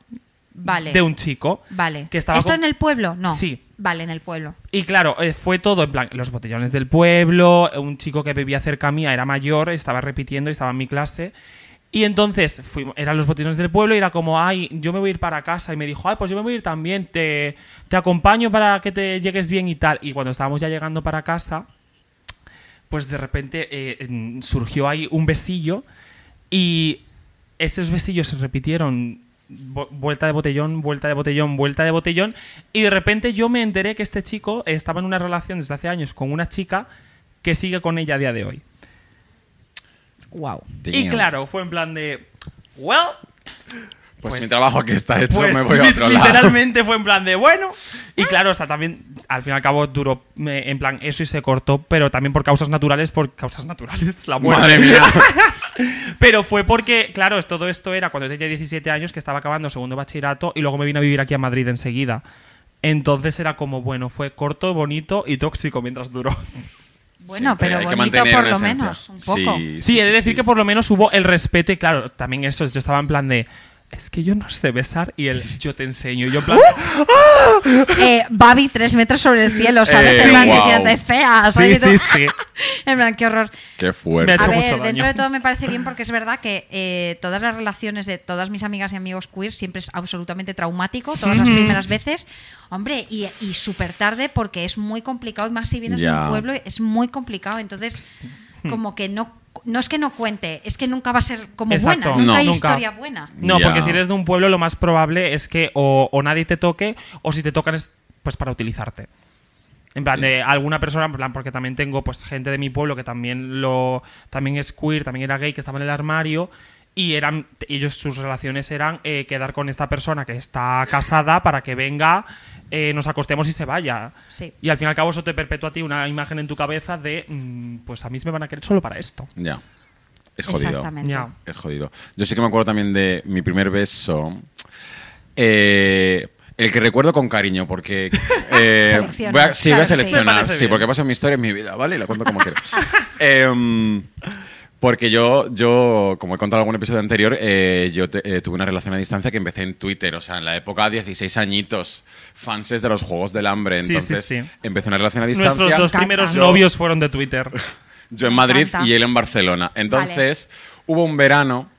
S3: Vale.
S2: de un chico.
S3: Vale.
S2: Que estaba
S3: ¿Esto
S2: con-
S3: en el pueblo? No.
S2: Sí.
S3: Vale, en el pueblo.
S2: Y claro, eh, fue todo en plan, los botellones del pueblo, eh, un chico que vivía cerca mía, era mayor, estaba repitiendo y estaba en mi clase. Y entonces fuimos, eran los botellones del pueblo y era como, ay, yo me voy a ir para casa. Y me dijo, ay, pues yo me voy a ir también, te, te acompaño para que te llegues bien y tal. Y cuando estábamos ya llegando para casa, pues de repente eh, en- surgió ahí un besillo y esos besillos se repitieron vu- vuelta de botellón, vuelta de botellón, vuelta de botellón y de repente yo me enteré que este chico estaba en una relación desde hace años con una chica que sigue con ella a día de hoy.
S3: Wow.
S2: Y claro, fue en plan de, well,
S1: Pues,
S2: pues-
S1: mi trabajo aquí está hecho,
S2: pues,
S1: me voy a
S2: li-
S1: otro lado.
S2: literalmente fue en plan de bueno. Y claro, o sea, también al fin y al cabo duró eh, en plan eso y se cortó, pero también por causas naturales, por causas naturales, la muerte.
S1: Madre mía.
S2: Pero fue porque, claro, es- todo esto era cuando yo tenía 17 años, que estaba acabando segundo bachillerato y luego me vine a vivir aquí a Madrid enseguida. Entonces era como, bueno, fue corto, bonito y tóxico mientras duró.
S3: Bueno,
S1: Siempre
S3: pero
S1: hay que
S3: bonito
S1: mantener
S3: por
S1: una
S3: lo
S1: esencia.
S3: menos, un poco.
S1: Sí,
S2: Sí, he de decir
S1: sí.
S2: que por lo menos hubo el respeto y claro, también eso, yo estaba en plan de, es que yo no sé besar y el yo te enseño. Y yo en plan,
S3: Eh, Babi, tres metros sobre el cielo, ¿sabes?
S1: Eh,
S3: en plan,
S1: wow.
S3: diciéndote
S2: sí,
S3: fea, ¿sabes?
S2: sí, sí.
S3: En plan, qué horror.
S1: Qué
S2: Me ha
S1: fuerte.
S2: hecho-
S3: A
S2: mucho
S3: ver,
S2: daño.
S3: dentro de todo me parece bien porque es verdad que eh, todas las relaciones de todas mis amigas y amigos queer siempre es absolutamente traumático, todas las primeras veces. Hombre, y, y súper tarde porque es muy complicado, y más si vienes de
S1: Ya.
S3: un pueblo, es muy complicado. Entonces, como que no, no es que no cuente, es que nunca va a ser como
S2: Exacto.
S3: buena, nunca
S1: No.
S3: hay
S2: Nunca.
S3: historia buena.
S2: No,
S1: Ya.
S2: porque si eres de un pueblo lo más probable es que o, o nadie te toque o si te tocan es pues para utilizarte. En plan, de alguna persona, en plan, porque también tengo pues gente de mi pueblo que también lo también es queer, también era gay, que estaba en el armario y eran ellos sus relaciones eran eh, quedar con esta persona que está casada para que venga, eh, nos acostemos y se vaya.
S3: Sí.
S2: Y al fin y al cabo eso te perpetúa a ti una imagen en tu cabeza de mm, pues a mí me van a querer solo para esto.
S1: Ya. Es jodido.
S3: Exactamente.
S2: Ya.
S1: Es jodido. Yo sí que me acuerdo también de mi primer beso. Eh, el que recuerdo con cariño, porque. eh,
S3: Selecciona.
S1: voy a- sí, voy a
S3: Claro que sí.
S2: Me
S1: seleccionar.
S2: parece
S1: Sí,
S2: bien.
S1: porque pasa mi historia en mi vida, ¿vale? Y la cuento como quiero. Em, porque yo, yo, como he contado en algún episodio anterior, eh, yo te- eh, tuve una relación a distancia que empecé en Twitter, o sea, en la época 16 añitos, fanses de los Juegos del Hambre.
S2: Sí, sí,
S1: Entonces,
S2: sí.
S1: empecé una relación a distancia.
S2: Nuestros dos
S3: Encanta.
S2: primeros
S3: Yo-
S2: novios fueron de Twitter.
S1: Yo en Madrid
S3: encanta.
S1: y él en Barcelona. Entonces, hubo un verano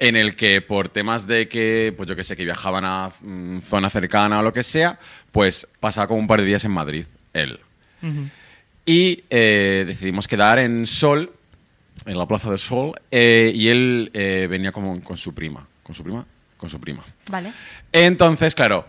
S1: en el que por temas de que, pues yo que sé, que viajaban a mm, zona cercana o lo que sea, pues pasaba como un par de días en Madrid, él. Y eh, decidimos quedar en Sol, en la Plaza del Sol, eh, y él eh, venía como con su prima, con su prima, con su prima.
S3: Vale.
S1: Entonces, claro,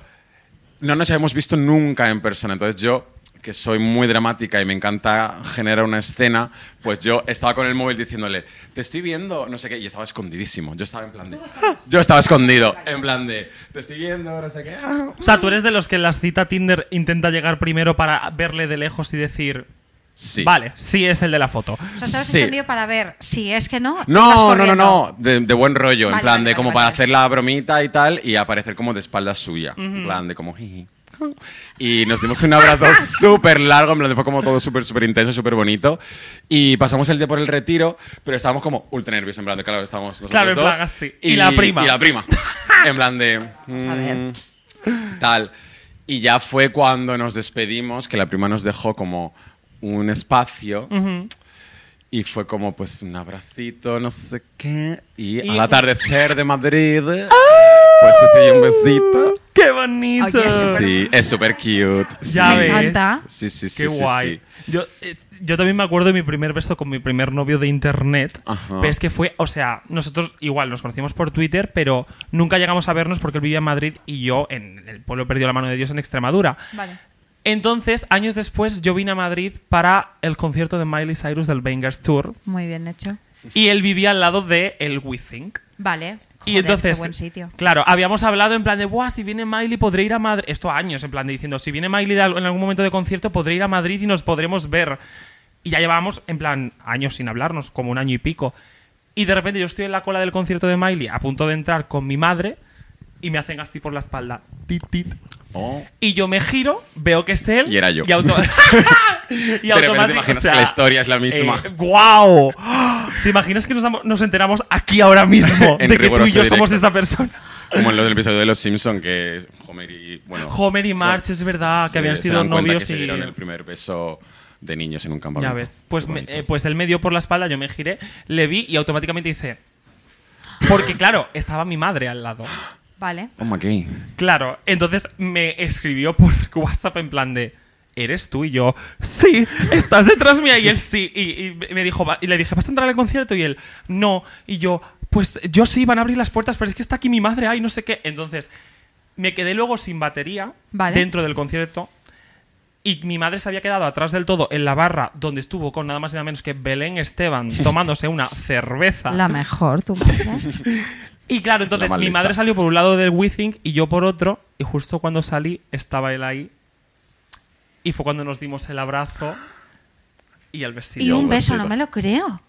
S1: no nos habíamos visto nunca en persona. Entonces yo, que soy muy dramática y me encanta generar una escena, pues yo estaba con el móvil diciéndole, te estoy viendo, no sé qué, y estaba escondidísimo. Yo estaba en plan de... Yo estaba escondido, en plan de, te estoy viendo, no sé qué. ah".
S2: O sea, tú eres de los que en las cita Tinder intenta llegar primero para verle de lejos y decir,
S1: Sí.
S2: vale, sí es el de la foto.
S3: O sea, estabas
S1: Sí.
S3: entendido para ver si es que no. ibas
S1: No, no, no,
S3: corriendo.
S1: no, de, de buen rollo, en
S3: Vale,
S1: plan
S3: vale,
S1: de
S3: vale,
S1: como
S3: vale,
S1: para
S3: vale.
S1: hacer la bromita y tal y aparecer como de espalda suya, en plan de como jiji. Y nos dimos un abrazo súper largo, en plan de fue como todo súper, súper intenso, súper bonito. Y pasamos el día por el retiro, pero estábamos como ultra nerviosos, en plan de claro, estábamos nosotros
S2: Claro, en
S1: dos.
S2: plan así. Y la prima.
S1: Y la prima. En plan de...
S3: Vamos a ver.
S1: Tal. Y ya fue cuando nos despedimos, que la prima nos dejó como un espacio. Y fue como, pues, un abracito, no sé qué. Y,
S2: Y- ¡Ah!
S1: al atardecer de Madrid. Pues te doy un besito.
S2: ¡Qué bonito!
S3: Oye, es súper-
S1: Sí, es súper cute. Sí.
S2: Ya
S3: Me
S2: ves.
S3: encanta.
S1: Sí, sí, sí.
S2: Qué
S1: sí,
S2: guay.
S1: sí.
S2: Yo, eh, yo también me acuerdo de mi primer beso con mi primer novio de internet.
S1: Ajá.
S2: Pero es que fue, o sea, nosotros igual nos conocimos por Twitter, pero nunca llegamos a vernos porque él vivía en Madrid y yo en el pueblo perdió la mano de Dios en Extremadura.
S3: Vale.
S2: Entonces, años después, yo vine a Madrid para el concierto de Miley Cyrus del Bangers Tour
S3: Muy bien hecho.
S2: y él vivía al lado de el We Think.
S3: Vale.
S2: Y
S3: Joder,
S2: entonces,
S3: Qué buen sitio.
S2: claro, habíamos hablado en plan de, Buah, si viene Miley podré ir a Madrid. Esto años, en plan de diciendo, si viene Miley de al- en algún momento de concierto podré ir a Madrid y nos podremos ver. Y ya llevábamos, en plan, años sin hablarnos, como un año y pico. Y de repente yo estoy en la cola del concierto de Miley, a punto de entrar con mi madre, y me hacen así por la espalda. Tit, tit.
S1: Oh.
S2: Y yo me giro, veo que es él.
S1: Y era yo.
S2: Y, auto-
S1: De
S2: y
S1: repente te
S2: automáticamente.
S1: imaginas que la historia es la misma.
S2: eh, ¡Guau! ¿Te imaginas que nos, damos- nos enteramos aquí ahora mismo
S1: En
S2: de que tú y
S1: riguroso
S2: yo somos
S1: directo.
S2: esa persona?
S1: Como en lo del episodio de Los Simpson que Homer y. Bueno,
S2: Homer y March, es verdad, que
S1: se-
S2: habían
S1: se
S2: sido
S1: dan cuenta
S2: novios
S1: que se
S2: y.
S1: dieron el primer beso de niños en un campamento.
S2: Ya ves. Pues,
S1: Qué
S2: me-
S1: bonito.
S2: eh, pues él me dio por la espalda, yo me giré, le vi y automáticamente hice. Porque, claro, estaba mi madre al lado.
S3: Vale.
S1: Oh my God.
S2: Claro, entonces me escribió por WhatsApp en plan de ¿Eres tú? Y yo, sí, estás detrás mía. Y él, sí. Y, y me dijo, "Va-". y le dije, ¿vas a entrar al concierto? Y él, no. Y yo, pues yo sí, van a abrir las puertas, pero es que está aquí mi madre, ay, no sé qué. Entonces, me quedé luego sin batería
S3: Vale.
S2: dentro del concierto. Y mi madre se había quedado atrás del todo en la barra donde estuvo con nada más y nada menos que Belén Esteban tomándose una cerveza.
S3: La mejor, tu madre.
S2: Y claro, entonces
S1: La
S2: mi
S1: mal
S2: madre
S1: lista.
S2: salió por un lado del WeThink y yo por otro, y justo cuando salí estaba él ahí. Y fue cuando nos dimos el abrazo y pues, el
S3: y
S2: vestido.
S1: yo
S3: un
S1: me
S3: beso,
S1: flipa.
S3: no me lo creo.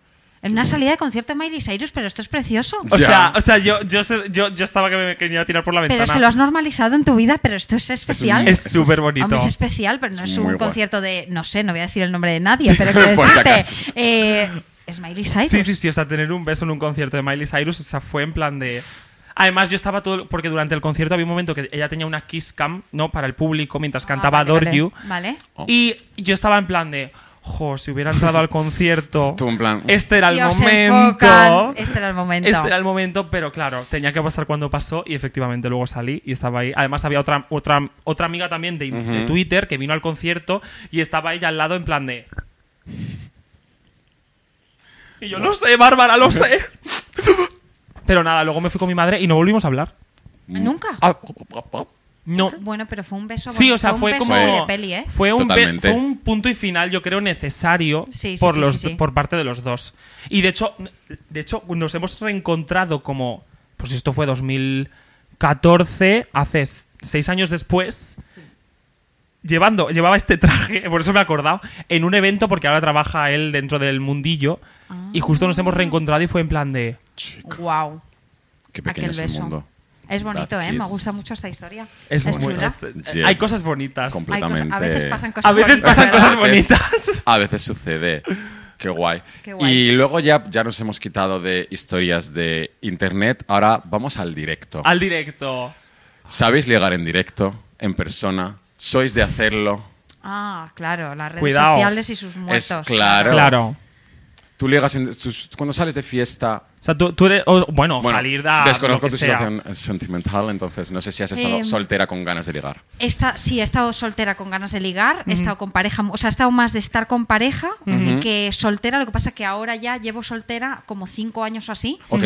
S3: En una salida de concierto de Miley Cyrus, pero esto es precioso.
S2: O
S1: Ya.
S2: sea, o sea, yo, yo, sé- yo, yo estaba que me quería tirar por la ventana.
S3: Pero es que lo has normalizado en tu vida, pero esto es especial.
S2: Es súper bonito.
S3: Hombre, es especial, pero no es,
S1: Es
S3: un
S1: muy guay.
S3: concierto de, no sé, no voy a decir el nombre de nadie, pero quiero
S1: Por si
S3: decirte,
S1: acaso.
S3: eh, es Miley Cyrus.
S2: Sí, sí, sí. O sea, tener un beso en un concierto de Miley Cyrus, o sea, fue en plan de. Además, yo estaba todo. Porque durante el concierto había un momento que ella tenía una kiss cam, ¿no? Para el público mientras
S3: Ah,
S2: cantaba
S3: vale,
S2: Adore
S3: vale,
S2: You.
S3: Vale.
S1: Oh.
S2: Y yo estaba en plan de. Jo, si hubiera entrado al concierto.
S1: Tú en plan-
S2: Este era el
S3: Y os
S2: momento.
S3: enfocan, este era el momento.
S2: Este era el momento, pero claro, tenía que pasar cuando pasó y efectivamente luego salí y estaba ahí. Además había otra, otra, otra amiga también de, de Twitter que vino al concierto y estaba ella al lado en plan de... Y yo lo sé, Bárbara, lo sé. pero nada, luego me fui con mi madre y no volvimos a hablar.
S3: Mm. Nunca.
S1: Ah, oh,
S2: No.
S3: Bueno, pero fue un beso.
S2: Ah. Sí,
S3: bonito,
S2: o sea,
S3: un
S2: fue
S3: beso
S2: como...
S3: muy de peli, ¿eh?
S2: Fue un, pe-
S1: Totalmente.
S2: fue un punto y final, yo creo, necesario
S3: Sí, sí,
S2: por,
S3: sí,
S2: los,
S3: sí, sí.
S2: por parte de los dos. Y de hecho, de hecho, nos hemos reencontrado como. Pues esto fue 2014, hace s- seis años después. Llevando, llevaba este traje, por eso me he acordado, en un evento porque ahora trabaja él dentro del mundillo. Y justo nos
S3: Ah.
S2: hemos reencontrado y fue en plan de.
S3: Wow.
S1: Qué pequeño
S3: Aquel
S1: es el
S3: beso.
S1: mundo.
S3: Es bonito,
S1: That
S3: ¿eh? Me
S1: kiss.
S3: gusta mucho esta historia.
S2: Es, muy-
S3: chula.
S2: es-
S1: Yes.
S2: Hay cosas bonitas.
S1: Completamente.
S3: Hay cosas- a veces pasan cosas
S2: A veces
S3: bonitas,
S2: pasan
S3: ¿verdad?
S2: cosas
S1: A veces-
S2: bonitas.
S1: A veces sucede. Qué guay.
S3: Qué guay.
S1: Y luego ya, ya nos hemos quitado de historias de internet. Ahora vamos al directo.
S2: Al directo.
S1: ¿Sabéis llegar en directo? ¿En persona? ¿Sois de hacerlo?
S3: Ah, claro, las redes
S2: Cuidado.
S3: sociales y sus muertos.
S1: claro.
S2: Claro.
S1: ¿Tú llegas en, tus- cuando sales de fiesta?
S2: O sea, tú, tú eres. o, bueno,
S1: Bueno,
S2: salir da.
S1: Desconozco
S2: lo que
S1: tu
S2: sea.
S1: situación eh, sentimental, entonces no sé si has estado
S3: Em,
S1: soltera con ganas de ligar.
S3: Esta- sí, he estado soltera con ganas de ligar, he estado con pareja, o sea, he estado más de estar con pareja que soltera. Lo que pasa que ahora ya llevo soltera como cinco años o así.
S1: Ok.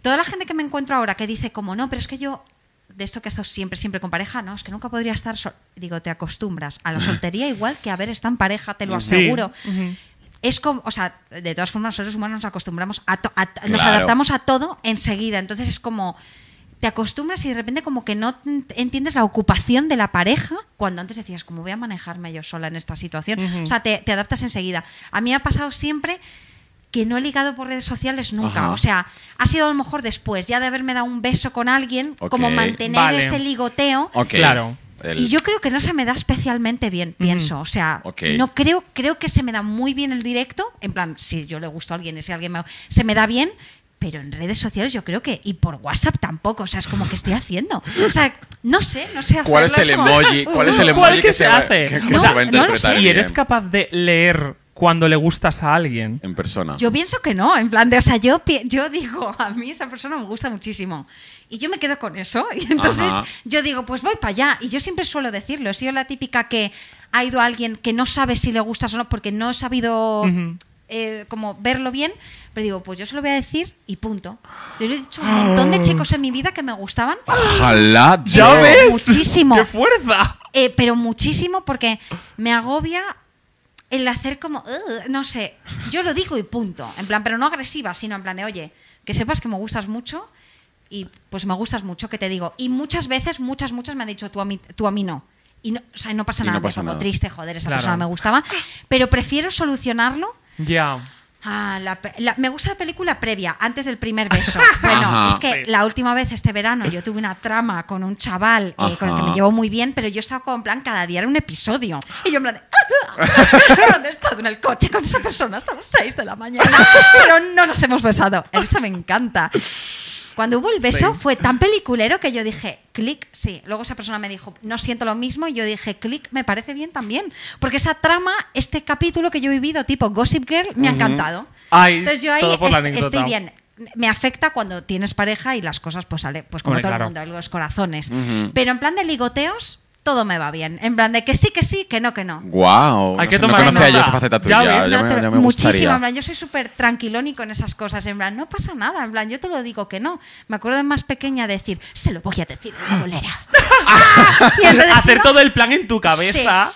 S3: Toda la gente que me encuentro ahora que dice como no, pero es que yo de esto que he estado siempre, siempre con pareja, no, es que nunca podría estar sol-". Digo, te acostumbras a la soltería igual que a ver está en pareja, te lo
S2: Sí.
S3: aseguro. Es como, o sea, de todas formas, los seres humanos nos acostumbramos a, to- a- nos
S1: Claro.
S3: adaptamos a todo enseguida. Entonces es como te acostumbras y de repente como que no t- entiendes la ocupación de la pareja cuando antes decías, ¿cómo voy a manejarme yo sola en esta situación? O sea, te, te adaptas enseguida. A mí me ha pasado siempre que no he ligado por redes sociales nunca.
S1: Ajá.
S3: O sea, ha sido a lo mejor después, ya de haberme dado un beso con alguien,
S1: Ok.
S3: como mantener
S2: Vale.
S3: ese ligoteo.
S1: Ok.
S2: Claro.
S1: El-
S3: Y yo creo que no se me da especialmente bien, pienso. O sea,
S1: Ok.
S3: no creo, creo que se me da muy bien el directo. En plan, si yo le gusto a alguien y si alguien me- se me da bien, pero en redes sociales yo creo que. Y por WhatsApp tampoco. O sea, es como que estoy haciendo. O sea, no sé, no sé hacerlo.
S1: ¿Cuál es el
S3: como-
S1: emoji? ¿cuál es el
S2: Ah, ¿Cuál
S1: emoji
S2: que
S1: que
S2: se
S1: se va-
S2: hace?
S1: que- que
S3: No,
S1: se va a
S3: no lo
S1: interpretar
S3: sé.
S2: ¿Y eres
S1: bien?
S2: capaz de leer cuando le gustas a alguien?
S1: en persona.
S3: Yo pienso que no, en plan de, o sea, yo, pi- yo digo, a mí esa persona me gusta muchísimo. Y yo me quedo con eso. Y entonces
S1: Ajá.
S3: yo digo, pues voy para allá. Y yo siempre suelo decirlo. He sido la típica que ha ido a alguien que no sabe si le gustas o no, porque no he sabido eh, como verlo bien. Pero digo, pues yo se lo voy a decir y punto. Yo le he dicho a un montón de chicos en mi vida que me gustaban.
S1: Ojalá
S2: ¡Ya
S1: yo-
S2: ves!
S3: Muchísimo.
S2: ¡Qué fuerza!
S3: Eh, pero muchísimo porque me agobia el hacer como, "Ugh", no sé, yo lo digo y punto, en plan, pero no agresiva, sino en plan de, oye, que sepas que me gustas mucho y pues me gustas mucho, que te digo. Y muchas veces, muchas, muchas me han dicho, tú a mí, tú a mí no. Y no, o sea, no pasa
S1: Y
S3: nada,
S1: no pasa
S3: me pongo
S1: nada. Ah.
S3: triste, joder, esa
S2: Claro.
S3: persona me gustaba, pero prefiero solucionarlo.
S2: Ya.
S3: a Ah, la pe- la- me gusta la película previa, antes del primer beso. Bueno,
S1: Ajá.
S3: es que
S2: Sí.
S3: la última vez este verano yo tuve una trama con un chaval eh, con el que
S1: Ajá.
S3: me llevo muy bien, pero yo estaba como en plan cada día era un episodio. Y yo en plan de, "Ah". he estado en el coche con esa persona hasta las 6 de la mañana, pero no nos hemos besado. Eso me encanta. Cuando hubo el beso
S2: Sí.
S3: fue tan peliculero que yo dije, clic, sí. Luego esa persona me dijo, no siento lo mismo. Y yo dije, clic, me parece bien también. Porque esa trama, este capítulo que yo he vivido, tipo Gossip Girl, me ha encantado.
S2: Ay,
S3: Entonces yo ahí
S2: todo por la
S3: est-
S2: anécdota.
S3: estoy bien. Me afecta cuando tienes pareja y las cosas, pues, sale, pues como
S2: Hombre,
S3: todo
S2: claro.
S3: el mundo, los corazones. Pero en plan de ligoteos, todo me va bien. En plan de que sí, que sí, que no, que no.
S1: Guau.
S2: Hay
S1: no
S2: que
S1: sé, no
S2: tomar
S1: conocía yo
S2: nota.
S1: esa faceta
S2: Ya
S1: tuya.
S2: ves.
S1: ya
S3: No,
S1: me,
S3: te-
S1: ya me
S3: muchísimo,
S1: gustaría.
S3: en plan, yo soy súper tranquilón y con esas cosas, en plan, no pasa nada, en plan, yo te lo digo que no. Me acuerdo de más pequeña decir, se lo voy a decir a la bolera. Y entonces
S2: Hacer
S3: iba,
S2: todo el plan en tu cabeza.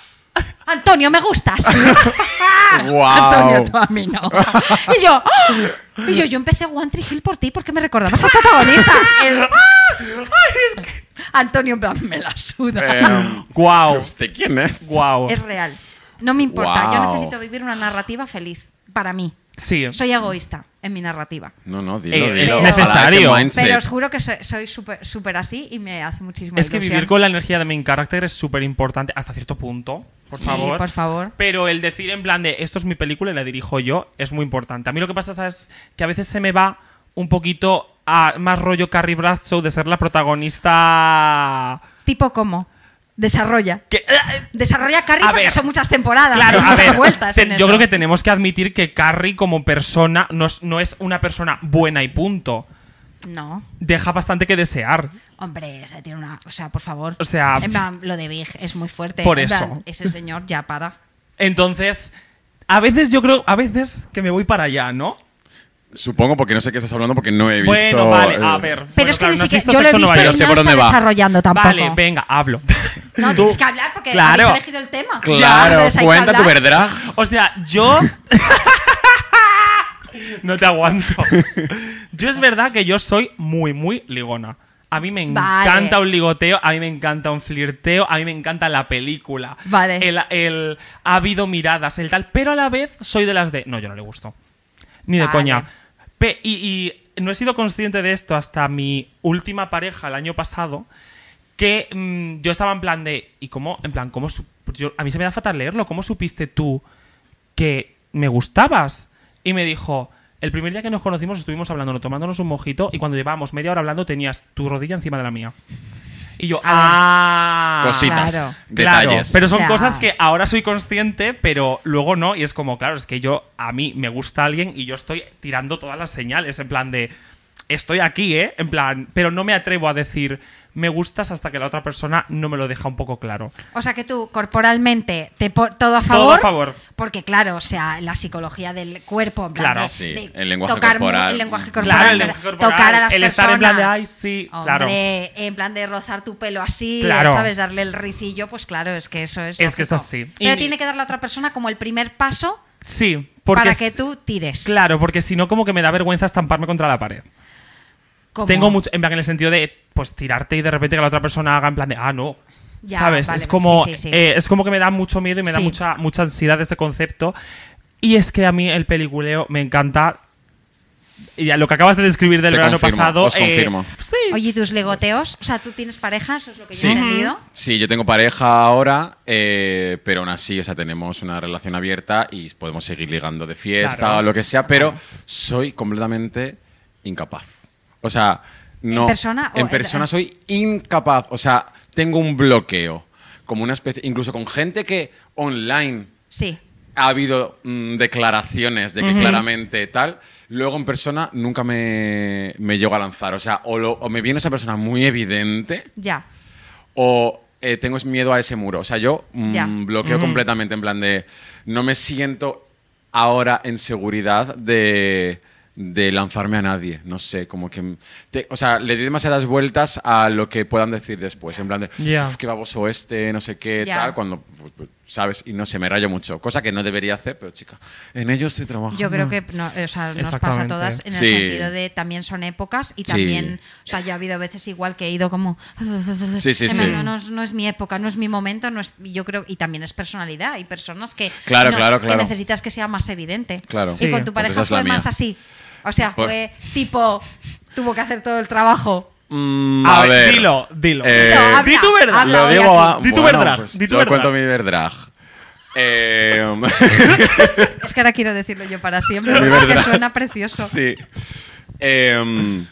S3: Antonio, me gustas.
S1: Guau.
S3: Antonio, tú a mí no. Y yo, ¡ah! y yo, yo empecé One Tree Hill por ti porque me recordabas al protagonista. El, ¡ah! Antonio, en plan, me la suda.
S1: Em,
S2: Guau.
S1: ¿Usted quién es?
S2: Guau.
S3: Es real. No me importa, yo
S1: Guau.
S3: necesito vivir una narrativa feliz para mí.
S2: Sí.
S3: Soy egoísta en mi narrativa.
S1: No, no, dilo,
S2: Eh,
S1: dilo.
S3: es
S1: Ojalá ese
S2: necesario.
S1: mindset.
S3: Pero os juro que soy- soy súper súper así y me hace muchísimo
S2: Es que vivir con la energía de main character es súper importante hasta cierto punto, por
S3: Sí,
S2: favor.
S3: por favor.
S2: Pero el decir en plan de esto es mi película y la dirijo yo es muy importante. A mí lo que pasa ¿sabes? es que a veces se me va un poquito a más rollo Carrie Bradshaw de ser la protagonista.
S3: ¿Tipo cómo? Desarrolla.
S2: Que,
S3: Desarrolla Carrie
S2: A
S3: porque
S2: ver.
S3: son muchas temporadas,
S2: Claro,
S3: hay
S2: a
S3: muchas
S2: ver,
S3: vueltas.
S2: te-
S3: en
S2: yo
S3: eso.
S2: creo que tenemos que admitir que Carrie como persona no es, no es una persona buena y punto.
S3: No.
S2: Deja bastante que desear.
S3: Hombre, se tiene una. O sea, por favor.
S2: O sea,
S3: En plan, lo de Big es muy fuerte.
S2: por
S3: En plan,
S2: eso.
S3: ese señor ya para.
S2: Entonces, a veces yo creo, a veces que me voy para allá, ¿no?
S1: Supongo porque no sé qué estás hablando porque no he visto.
S2: Bueno, vale, a
S1: eh,
S2: ver.
S3: Pero
S2: Bueno,
S3: es que
S2: claro,
S3: ni
S2: no has
S3: siquiera-
S2: visto
S3: yo lo he
S2: Sexo en
S3: visto
S2: Nueva
S1: Yo
S3: y no
S2: York.
S1: sé
S3: está
S1: por dónde va.
S3: desarrollando tampoco.
S2: Vale, venga, hablo.
S3: No, tienes que hablar porque
S2: Claro.
S3: habéis elegido el tema.
S1: Claro,
S3: Entonces hay que
S1: cuenta tu
S3: hablar.
S1: verdad.
S2: O sea, yo. no te aguanto. Yo es verdad que yo soy muy, muy ligona. A mí me
S3: Vale.
S2: encanta un ligoteo, a mí me encanta un flirteo, a mí me encanta la película.
S3: Vale.
S2: El, el- ha habido miradas, el tal. Pero a la vez soy de las de. No, yo no le gusto. Ni de
S3: Vale.
S2: coña. Pe- y, y no he sido consciente de esto hasta mi última pareja el año pasado. Que mm, yo estaba en plan de. ¿Y cómo? En plan, ¿cómo? su- yo- a mí se me da fatal leerlo. ¿Cómo supiste tú que me gustabas? Y me dijo. El primer día que nos conocimos estuvimos hablándonos, tomándonos un mojito, y cuando llevábamos media hora hablando tenías tu rodilla encima de la mía. Y yo, ¡ah!
S1: Cositas.
S3: Claro.
S2: Claro,
S1: Detalles.
S2: pero son
S3: O sea-
S2: cosas que ahora soy consciente, pero luego no. Y es como, claro, es que yo, a mí me gusta alguien y yo estoy tirando todas las señales, en plan de, estoy aquí, ¿eh? En plan, pero no me atrevo a decir, me gustas hasta que la otra persona no me lo deja un poco claro.
S3: O sea que tú corporalmente te po- todo a favor.
S2: Todo a favor.
S3: Porque claro, o sea, la psicología del cuerpo, en plan
S2: Claro.
S3: de-
S1: Sí,
S3: de
S1: el lenguaje
S3: tocar mu-
S1: corporal.
S3: el lenguaje
S1: Claro,
S3: corporal,
S2: el
S3: pero
S2: lenguaje corporal,
S3: tocar a las
S2: el estar
S3: personas.
S2: en plan de, "Ay, sí",
S3: Hombre,
S2: claro.
S3: en plan de rozar tu pelo así, eh,
S2: Claro.
S3: sabes, darle el ricillo, pues claro, es que eso es
S2: Es que
S3: lógico.
S2: es así.
S3: Pero
S2: Y-
S3: tiene que dar la otra persona como el primer paso
S2: Sí, porque.
S3: para
S2: es-
S3: que tú tires.
S2: Claro, porque si no, como que me da vergüenza estamparme contra la pared.
S3: Como-
S2: Tengo mucho. En plan, en el sentido de, pues tirarte y de repente que la otra persona haga en plan de, ah, no.
S3: Ya,
S2: ¿Sabes?
S3: vale, pues
S2: es, como,
S3: sí, sí, sí.
S2: eh, es como que me da mucho miedo y me da
S3: Sí.
S2: mucha, mucha ansiedad ese concepto. Y es que a mí el peliculeo me encanta. Y ya, lo que acabas de describir del
S1: Te
S2: verano
S1: confirmo,
S2: pasado. eh,
S1: os confirmo.
S2: Sí.
S3: Oye, ¿y tus legoteos,
S2: Pues
S3: o sea, tú tienes pareja, eso es lo que yo
S1: Sí.
S3: he entendido.
S1: Sí, yo tengo pareja ahora, eh, pero aún así, o sea, tenemos una relación abierta y podemos seguir ligando de fiesta
S2: Claro.
S1: o lo que sea, pero soy completamente incapaz. O sea, no.
S3: persona o
S1: En
S3: en-
S1: persona soy incapaz. O sea, tengo un bloqueo. Como una especie. Incluso con gente que online
S3: Sí.
S1: ha habido mm, declaraciones de que claramente tal. Luego en persona nunca me, me llego a lanzar. O sea, o, lo- o me viene esa persona muy evidente
S3: Ya.
S1: o eh, tengo es miedo a ese muro. O sea, yo mm,
S3: Ya.
S1: bloqueo completamente en plan de no me siento ahora en seguridad de, de lanzarme a nadie. No sé, como que... te- o sea, le di demasiadas vueltas a lo que puedan decir después. En plan de,
S2: Ya.
S1: "Uf, qué baboso este, no sé qué,
S3: Ya.
S1: tal, cuando... pues, pues, ¿Sabes? Y no sé, me rayo mucho. Cosa que no debería hacer, pero chica, en ello estoy trabajando.
S3: Yo creo que no, o sea, nos pasa a
S2: Exactamente.
S3: todas en el
S1: Sí.
S3: sentido de también son épocas y
S1: Sí.
S3: también, o sea, yo ha habido veces igual que he ido como,
S1: Sí, sí,
S3: "Emma,
S1: sí.
S3: No, no es, no es mi época, no es mi momento, no es, y yo creo, y también es personalidad, hay personas que,
S1: Claro,
S3: no-
S1: claro,
S3: que
S1: claro.
S3: necesitas que sea más evidente.
S1: Claro.
S3: Y
S1: Sí.
S3: con tu
S1: Pues
S3: pareja
S1: esa es la
S3: fue más
S1: mía. Pues
S3: así, o sea,
S1: Por-
S3: fue tipo, tuvo que hacer todo el trabajo.
S1: Mm,
S2: A
S1: a
S2: ver,
S1: ver.
S2: dilo, dilo.
S1: Eh,
S3: Dilo, habla,
S2: di tu verdad.
S3: habla
S1: Lo
S3: hoy
S1: digo
S3: aquí.
S1: a-
S2: Di tu
S1: bueno,
S2: verdad,
S1: pues
S2: di tu
S1: yo
S2: verdad.
S1: cuento mi verdrag. Eh,
S3: Es que ahora quiero decirlo yo para siempre,
S1: Mi
S3: porque
S1: verdad.
S3: suena precioso.
S1: sí. Eh,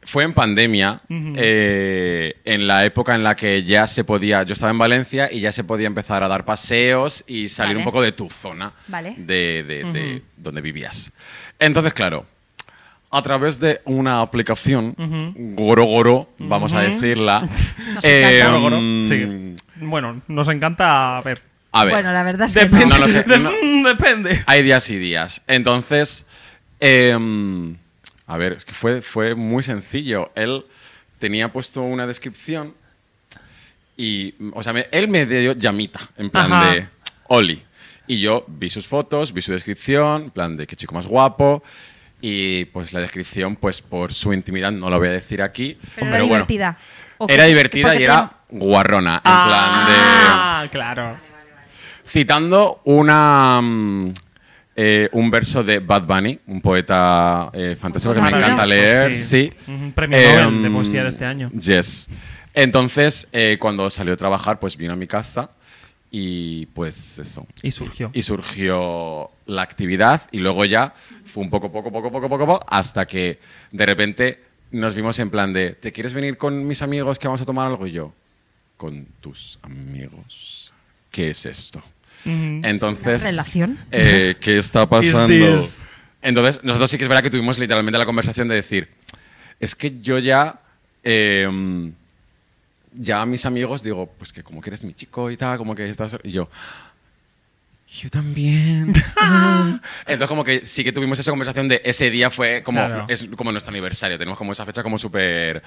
S1: fue en pandemia, eh, en la época en la que ya se podía. Yo estaba en Valencia y ya se podía empezar a dar paseos y salir
S3: Vale.
S1: un poco de tu zona
S3: Vale.
S1: de, de- de donde vivías. Entonces, claro, a través de una aplicación, Gorogoro, vamos a decirla.
S3: Nos encanta.
S1: eh,
S2: Goro, goro,
S1: mm,
S2: sí. Bueno, nos encanta a ver.
S1: A ver.
S3: Bueno, la verdad es que
S2: Depende.
S3: no.
S1: No lo sé,
S2: de-
S1: no.
S2: mm, Depende.
S1: Hay días y días. Entonces, em, a ver, es que fue, fue muy sencillo. Él tenía puesto una descripción y, o sea, me- él me dio llamita, en plan
S2: Ajá.
S1: de Oli. Y yo vi sus fotos, vi su descripción, en plan de qué chico más guapo. Y pues la descripción, pues por su intimidad, no la voy a decir aquí.
S3: Pero
S1: Pero,
S3: era
S1: bueno,
S3: divertida. ¿O qué?
S1: Era divertida
S3: Porque
S1: y
S3: te-
S1: era guarrona, en plan de
S2: Ah, claro.
S1: citando una mm, eh, un verso de Bad Bunny, un poeta eh, fantástico que me
S3: Maravilloso,
S1: encanta leer, sí. Em,
S2: Un premio Nobel de poesía de este año.
S1: Yes. Entonces, eh, cuando salió a trabajar, pues vino a mi casa y pues eso.
S2: Y surgió.
S1: Y surgió la actividad y luego ya fue un poco, poco, poco, poco, poco, poco, hasta que de repente nos vimos en plan de, ¿te quieres venir con mis amigos que vamos a tomar algo? Y yo, con tus amigos. ¿Qué es esto? Entonces...
S3: ¿Una relación?
S1: eh, ¿Qué está pasando?
S2: Is this-
S1: Entonces, nosotros sí que es verdad que tuvimos literalmente la conversación de decir, es que yo ya... eh, ya a mis amigos digo, pues que como que eres mi chico y tal, como que estás... Y yo, yo también. Ah. Entonces, como que sí que tuvimos esa conversación de ese día fue como,
S2: Claro.
S1: es como nuestro aniversario. Tenemos como esa fecha como súper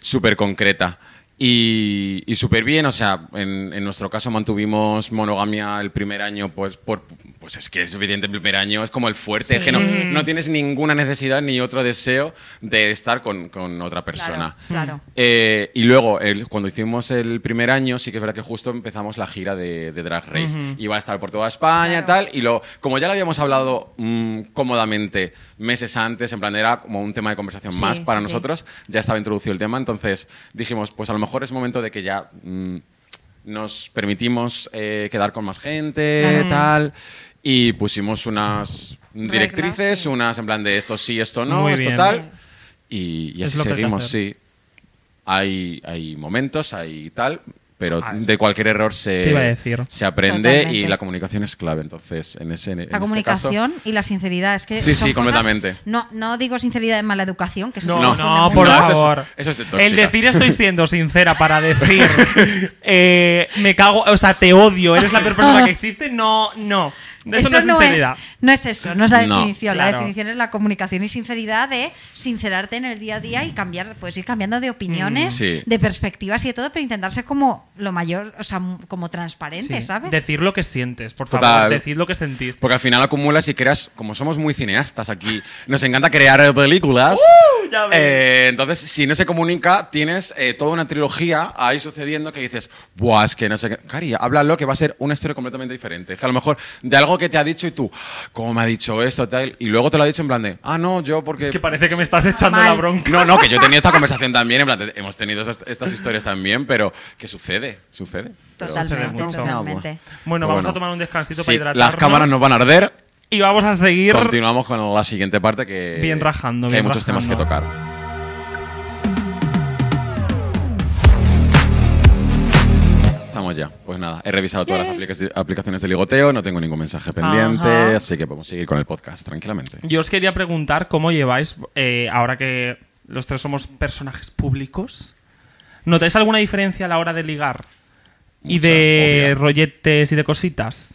S1: súper concreta. Y, y súper bien, o sea, en, en nuestro caso mantuvimos monogamia el primer año, pues, por, pues es que es evidente el primer año, es como el fuerte,
S3: Sí.
S1: que no, no tienes ninguna necesidad ni otro deseo de estar con, con otra persona.
S3: claro.
S1: Eh, y luego, el- cuando hicimos el primer año, sí que es verdad que justo empezamos la gira de, de Drag Race. Iba a estar por toda España,
S3: Claro.
S1: tal. Y lo, como ya lo habíamos hablado mm, cómodamente meses antes, en plan era como un tema de conversación
S3: Sí,
S1: más para
S3: sí, sí.
S1: nosotros, ya estaba introducido el tema. Entonces dijimos, pues a lo mejor es momento de que ya mm, nos permitimos eh, quedar con más gente,
S3: Claro.
S1: tal. Y pusimos unas directrices,
S3: sí.
S1: unas en plan de esto sí, esto no,
S2: Muy
S1: esto
S2: bien.
S1: tal. Y, y
S2: Es
S1: así
S2: lo que hay que
S1: seguimos,
S2: hacer.
S1: sí. Hay, hay momentos, hay tal, pero
S2: Ah,
S1: de cualquier error
S2: te iba a
S1: se,
S2: decir.
S1: se aprende
S3: Totalmente.
S1: y la comunicación es clave. Entonces, en ese en este
S3: La
S1: caso-
S3: comunicación y la sinceridad. Es que
S1: Sí,
S3: son
S1: sí,
S3: cosas-
S1: completamente.
S3: No, no digo sinceridad en mala educación, que eso
S2: No,
S3: se
S2: no,
S1: No,
S3: confunde mucho.
S2: por
S1: No, eso es-
S2: favor.
S1: eso es de tóxica.
S2: El decir estoy siendo sincera para decir eh, me cago, o sea, te odio, eres la peor
S1: Ah.
S2: persona que existe, no, no. Eso, no es sinceridad.
S3: no es eso, no es la
S1: No.
S3: definición. La
S2: Claro.
S3: definición es la comunicación y sinceridad de sincerarte en el día a día y cambiar, puedes ir cambiando de opiniones,
S1: Mm. Sí.
S3: de perspectivas y de todo, pero intentar ser como lo mayor, o sea, m- como transparente,
S2: Sí,
S3: ¿sabes?
S2: Decir lo que sientes, por favor,
S1: Total.
S2: decir lo que sentís.
S1: Porque al final acumulas y creas, como somos muy cineastas aquí, nos encanta crear películas.
S2: ¡Uh! ya ves.
S1: Eh, entonces, si no se comunica, tienes eh, toda una trilogía ahí sucediendo que dices, Buah, es que no sé qué. Cari, háblalo, que va a ser una historia completamente diferente. Es que a lo mejor de algo que te ha dicho y tú, "Ah, ¿cómo me ha dicho esto? Tal, y luego te lo ha dicho en plan de, ah, no, yo porque.
S2: Es que parece que me estás echando
S3: Mal.
S2: la bronca.
S1: no, no, que yo he tenido esta conversación también, en plan, te- hemos tenido esas- estas historias también, pero que sucede, sucede. Pero
S3: Totalmente,
S1: se remonta un agua.
S3: totalmente.
S2: Bueno, vamos a tomar un descansito para
S1: sí,
S2: hidratarnos.
S1: Las cámaras nos van a arder.
S2: Y vamos a seguir.
S1: Continuamos con la siguiente parte que.
S2: Bien rajando,
S1: que
S2: bien
S1: hay muchos temas que
S2: rajando.
S1: tocar. Estamos Estamos ya. Pues nada, he revisado todas las aplica- aplicaciones de ligoteo, no tengo ningún mensaje pendiente,
S2: Ajá.
S1: así que podemos seguir con el podcast tranquilamente.
S2: Yo os quería preguntar cómo lleváis, eh, ahora que los tres somos personajes públicos, ¿notáis alguna diferencia a la hora de ligar? y
S1: Mucha,
S2: de
S1: obvia.
S2: rolletes y de cositas.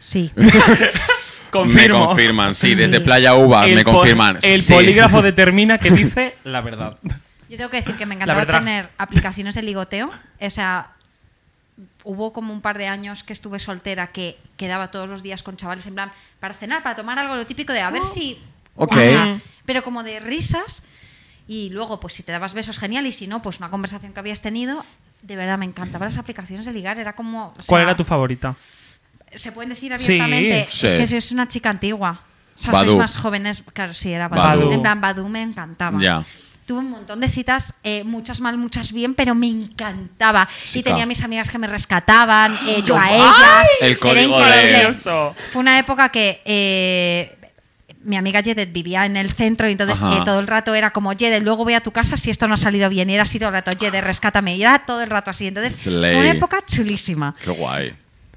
S3: Sí.
S2: Confirmo.
S1: Me confirman, sí, desde
S3: Sí.
S1: Playa Uva me
S2: po-
S1: confirman.
S2: El
S1: sí.
S2: polígrafo determina que dice la verdad.
S3: Yo tengo que decir que me
S2: La
S3: encantaba
S2: verdad.
S3: tener aplicaciones de ligoteo. O sea, hubo como un par de años que estuve soltera que quedaba todos los días con chavales en plan para cenar, para tomar algo, lo típico de a ver si.
S1: Ok.
S3: cuaja. Pero como de risas. Y luego, pues si te dabas besos, genial. Y si no, pues una conversación que habías tenido. De verdad, me encantaban las aplicaciones de ligar. Era como. o
S2: ¿Cuál
S3: sea,
S2: era tu favorita?
S3: Se pueden decir
S2: Sí,
S3: abiertamente.
S1: sí.
S3: Es que sois una chica antigua. O sea,
S1: Badoo.
S3: sois más jóvenes. Claro, sí, era
S1: Badoo.
S3: Badu.
S2: Badoo.
S3: En plan, Badu me encantaba.
S1: Ya.
S3: Tuve un montón de citas, eh, muchas mal, muchas bien, pero me encantaba.
S1: Chica.
S3: Y tenía mis amigas que me rescataban, eh, yo a
S2: ¡Ay!
S3: ellas.
S1: El
S3: Era
S1: código
S3: increíble.
S1: de-
S2: Maravilloso.
S3: Fue una época que eh, mi amiga Jedet vivía en el centro y entonces
S1: Ajá.
S3: eh, todo el rato era como, Jedet, luego voy a tu casa si esto no ha salido bien. Y era así todo el rato, Jedet, rescátame. Y era todo el rato así. Entonces, fue
S1: Slay.
S3: una época chulísima.
S1: Qué guay.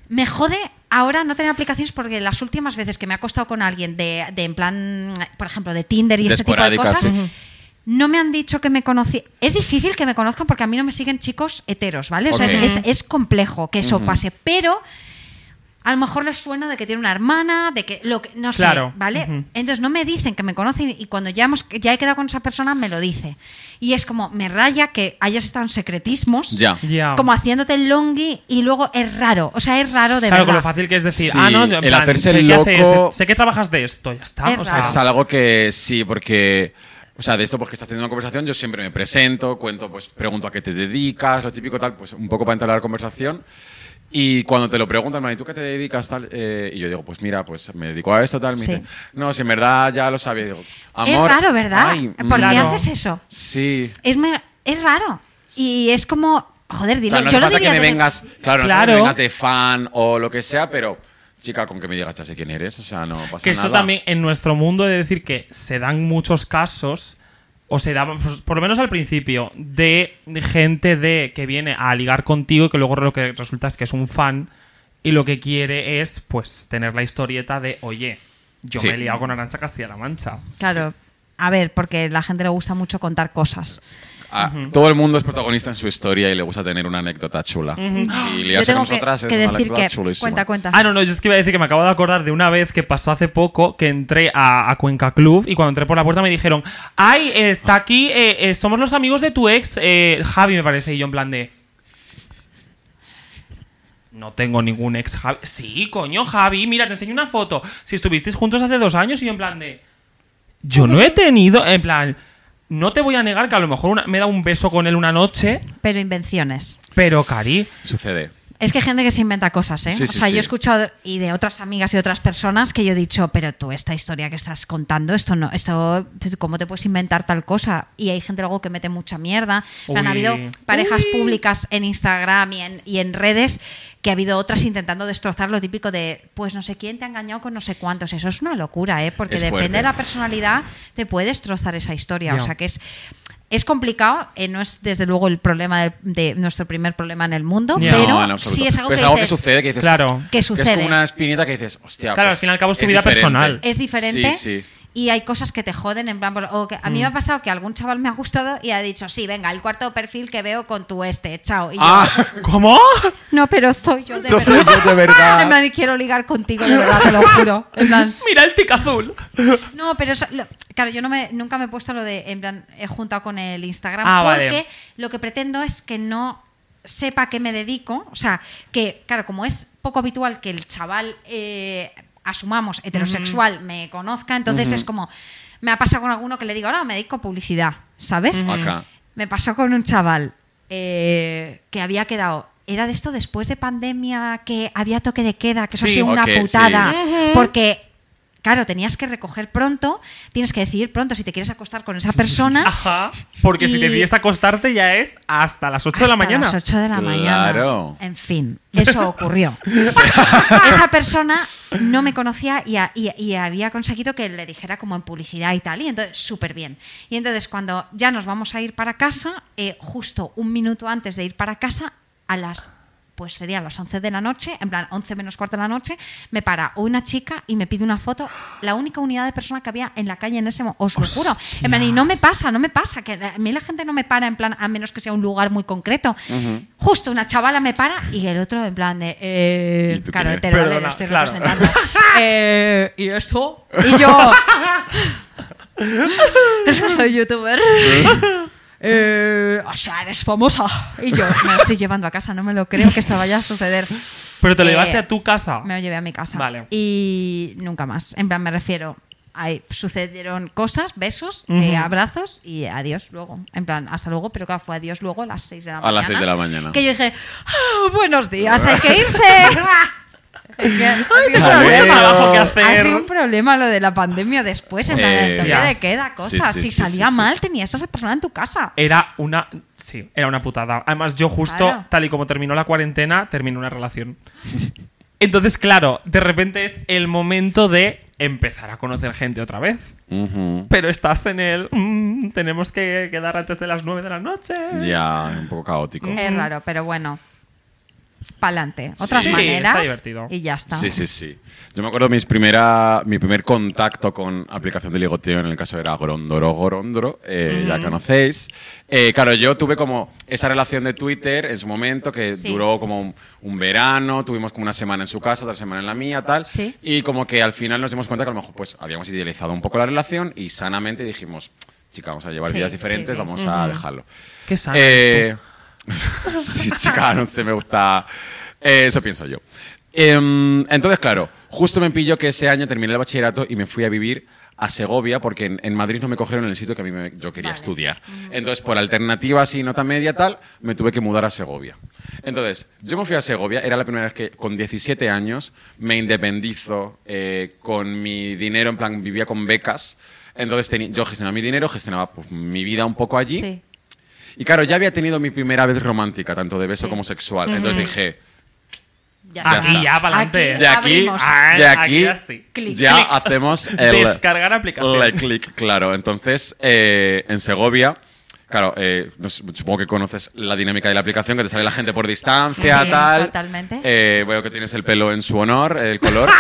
S3: Me jode ahora no tener aplicaciones porque las últimas veces que me he acostado con alguien de, de en plan, por ejemplo, de Tinder y
S1: De
S3: este tipo de
S1: esporádicas,
S3: cosas,
S1: sí. Ujú.
S3: no me han dicho que me conocí. Es difícil que me conozcan porque a mí no me siguen chicos heteros, ¿vale? O sea,
S1: Ok.
S3: es, es- es complejo que eso pase, pero a lo mejor les suena de que tiene una hermana, de que lo que no
S2: Claro.
S3: sé, ¿vale?
S2: Ujú.
S3: Entonces no me dicen que me conocen y cuando ya hemos ya he quedado con esa persona me lo dice. Y es como me raya que hayas estado en secretismos.
S1: Ya.
S2: Ya.
S3: Como haciéndote el longi y luego es raro. O sea, es raro de
S2: claro,
S3: verdad.
S2: con lo fácil que es decir,
S1: Sí,
S2: ah, no, yo, en
S1: el
S2: plan,
S1: hacerse
S2: sé
S1: el
S2: que haces-
S1: loco-
S2: sé que trabajas de esto, ya está.
S3: Es
S2: o
S3: raro.
S2: sea,
S1: Es algo que sí, porque. O sea, de esto, pues que estás teniendo una conversación, yo siempre me presento, cuento, pues pregunto a qué te dedicas, lo típico tal, pues un poco para entablar conversación. Y cuando te lo preguntan, man, ¿y tú qué te dedicas tal? Eh, y yo digo, pues mira, pues me dedico a esto tal. Me
S3: Sí.
S1: dice, no, si en verdad ya lo sabía. Y Digo, amor.
S3: es raro, ¿verdad?
S1: ay,
S3: ¿Por
S1: mm,
S3: qué
S2: claro.
S3: haces eso?
S1: Sí.
S3: Es, me- es raro. Y es como, joder,
S1: O
S3: dilo.
S1: sea, no hace
S3: yo lo
S1: falta
S3: diría
S1: que me
S3: desde-
S1: vengas, claro, no hace falta que
S2: Claro.
S1: me vengas de fan o lo que sea, pero chica, con que me digas ya sé quién eres, o sea, no pasa
S2: que
S1: nada.
S2: eso también en nuestro mundo de decir que se dan muchos casos o se daban pues, por lo menos al principio de gente de que viene a ligar contigo y que luego lo que resulta es que es un fan y lo que quiere es pues tener la historieta de oye yo
S1: Sí.
S2: me he liado con Arancha Castilla-La Mancha
S3: Claro. A ver, porque a la gente le gusta mucho contar cosas.
S1: Ah, Todo el mundo es protagonista en su historia y le gusta tener una anécdota chula. Y
S3: Yo
S1: liarse con
S3: tengo que,
S1: nosotras
S3: que
S1: es una
S3: decir
S1: anécdota
S3: que.
S1: chulísima.
S3: Cuenta, cuenta.
S2: Ah, no, no, yo es que iba a decir que me acabo de acordar de una vez que pasó hace poco que entré a, a Cuenca Club y cuando entré por la puerta me dijeron, ay, eh, está aquí, eh, eh, somos los amigos de tu ex, eh, Javi me parece, y yo en plan de... No tengo ningún ex Javi. Sí, coño, Javi, mira, te enseño una foto. Si estuvisteis juntos hace dos años y yo en plan de... Yo no he tenido, en plan... No te voy a negar que a lo mejor una- me da un beso con él una noche,
S3: Pero invenciones.
S2: pero Cari,
S1: Sucede.
S3: Es que hay gente que se inventa cosas, ¿eh?
S1: Sí,
S3: o
S1: sí,
S3: sea,
S1: sí.
S3: yo he escuchado y de otras amigas y otras personas que yo he dicho, pero tú esta historia que estás contando, esto no, esto, pues, ¿cómo te puedes inventar tal cosa? Y hay gente luego que mete mucha mierda. En plan, Ha
S2: Uy.
S3: habido parejas
S2: Uy.
S3: públicas en Instagram y en, y en redes que ha habido otras intentando destrozar lo típico de, pues no sé quién te ha engañado con no sé cuántos. Eso es una locura, ¿eh? Porque
S1: Es
S3: depende
S1: fuerte.
S3: de la personalidad, te puede destrozar esa historia.
S2: Ya.
S3: O sea, que es... Es complicado, eh, no es desde luego el problema del- de, nuestro primer problema en el mundo,
S2: Ya.
S3: Oh, pero
S1: no, en absoluto.
S3: sí es algo,
S1: Pero
S3: que, dices,
S1: sucede, que dices.
S2: Claro.
S3: Que
S1: Es
S3: sucede.
S1: como una espinita que dices, hostia.
S2: Claro,
S1: pues,
S2: al fin y al cabo es tu
S1: es
S2: vida
S1: diferente.
S2: personal.
S3: Es diferente.
S1: Sí, Mm. sí.
S3: Y hay cosas que te joden, en plan, pues, o que- a mí me ha pasado que algún chaval me ha gustado y ha dicho, sí, venga, el cuarto perfil que veo con tu este, chao. Y yo,
S1: Ah,
S2: ¿cómo?
S3: no, pero soy yo de
S1: Yo soy
S3: verdad.
S1: yo de verdad.
S3: En plan, y quiero ligar contigo, de verdad, te lo juro. En plan,
S2: Mira el tic azul.
S3: no, pero eso- lo- claro, yo no me, nunca me he puesto lo de, en plan, he juntado con el Instagram,
S2: Ah, vale.
S3: porque lo que pretendo es que no sepa a qué me dedico, o sea, que, claro, como es poco habitual que el chaval, eh, asumamos, heterosexual, me conozca, entonces es como, me ha pasado con alguno que le digo, no, me dedico a publicidad, ¿sabes?
S1: Ajá.
S3: Me pasó con un chaval eh, que había quedado. Era de esto después de pandemia que había toque de queda, que eso
S2: Sí,
S3: ha sido una
S1: ok, sí.
S3: putada. Porque, claro, tenías que recoger pronto, tienes que decidir pronto si te quieres acostar con esa persona.
S2: Ajá. Porque si
S3: Y-
S2: decides acostarte ya es hasta las 8 de la
S3: hasta
S2: mañana.
S3: las 8 de la
S1: Claro.
S3: mañana. En fin, eso ocurrió. Esa persona no me conocía y, a- y- y había conseguido que le dijera como en publicidad y tal, y entonces súper bien. Y entonces cuando ya nos vamos a ir para casa, eh, justo un minuto antes de ir para casa, a las pues serían las 11 de la noche, en plan 11 menos cuarto de la noche, me para una chica y me pide una foto, la única unidad de personas que había en la calle en ese momento, os lo juro. En plan, y no me pasa, no me pasa, que a mí la gente no me para, en plan, a menos que sea un lugar muy concreto. Justo una chavala me para y el otro en plan de, eh,
S1: ¿Y tú
S3: claro,
S1: quién eres?
S3: te lo
S2: Perdona,
S3: estoy
S2: claro.
S3: representando. Eh, ¿Y esto? Y yo... Eso soy youtuber. Eh, o sea, eres famosa. Y yo me lo estoy llevando a casa, no me lo creo que esto vaya a suceder.
S2: Pero te lo
S3: Eh,
S2: llevaste a tu casa.
S3: Me lo llevé a mi casa.
S2: Vale.
S3: Y nunca más. En plan, me refiero. ahí sucedieron cosas, besos, eh, abrazos y adiós luego. En plan, hasta luego, pero claro, fue adiós luego a las 6 de la
S1: A
S3: mañana.
S1: las seis de la mañana.
S3: Que yo dije, "Ah, buenos días, hay que irse. Es que-
S2: Ay,
S1: sí,
S2: tengo mucho
S1: Jaleo.
S2: trabajo que
S3: ha
S2: hacer.
S3: sido un problema lo de la pandemia después, en plan, el
S1: Eh,
S3: toque de
S2: Hostias.
S3: queda, cosas.
S1: Sí, sí,
S3: si
S1: sí,
S3: salía
S1: sí, sí.
S3: mal, tenías a esa persona en tu casa.
S2: Era una. Sí, era una putada. Además, yo justo,
S3: Claro.
S2: tal y como terminó la cuarentena, terminé una relación. Entonces, claro, de repente es el momento de empezar a conocer gente otra vez.
S1: Ujú.
S2: Pero estás en el. mm, tenemos que quedar antes de las 9 de la noche.
S1: Ya, un poco caótico.
S2: Eh,
S3: Es raro, pero bueno. Pa'lante. Otras
S1: Sí,
S3: maneras.
S2: está divertido.
S3: Y ya está.
S1: Sí, sí, sí. Yo me acuerdo mis primera, mi primer contacto con aplicación de ligoteo, en el caso era Gorondoro Gorondoro, eh, ya conocéis. Eh, claro, yo tuve como esa relación de Twitter en su momento, que
S3: Sí.
S1: duró como un, un verano, tuvimos como una semana en su casa, otra semana en la mía, tal.
S3: Sí.
S1: Y como que al final nos dimos cuenta que a lo mejor pues habíamos idealizado un poco la relación y sanamente dijimos, chica, vamos a llevar
S3: Sí,
S1: vidas
S3: sí,
S1: diferentes,
S3: sí.
S1: vamos a dejarlo.
S2: Qué sano
S1: Eh, sí, chica, no sé, me gusta. Eh, eso pienso yo. Em, entonces, claro, justo me pilló que ese año terminé el bachillerato y me fui a vivir a Segovia porque en, en Madrid no me cogieron en el sitio que a mí me- yo quería estudiar. Entonces, por alternativas y nota media tal, me tuve que mudar a Segovia. Entonces, yo me fui a Segovia, era la primera vez que con 17 años me independizo eh, con mi dinero, en plan, vivía con becas. Entonces, teni- yo gestionaba mi dinero, gestionaba pues, mi vida un poco allí.
S3: Sí.
S1: Y claro, ya había tenido mi primera vez romántica, tanto de beso
S3: Sí.
S1: como sexual. Entonces dije,
S3: Ya
S1: Ah,
S3: está.
S2: Aquí
S1: está.
S2: ya, para
S3: Aquí
S1: de
S2: adelante.
S3: ya.
S1: aquí,
S3: Abrimos.
S2: Ah,
S1: de aquí,
S2: aquí así.
S3: Clic.
S1: ya
S2: Clic.
S1: hacemos el
S2: Descargar aplicación.
S1: el clic, claro. Entonces, eh, en Segovia, claro, eh, no sé, supongo que conoces la dinámica de la aplicación, que te sale la gente por distancia,
S3: Sí,
S1: tal.
S3: totalmente.
S1: Eh, veo que tienes el pelo en su honor, el color.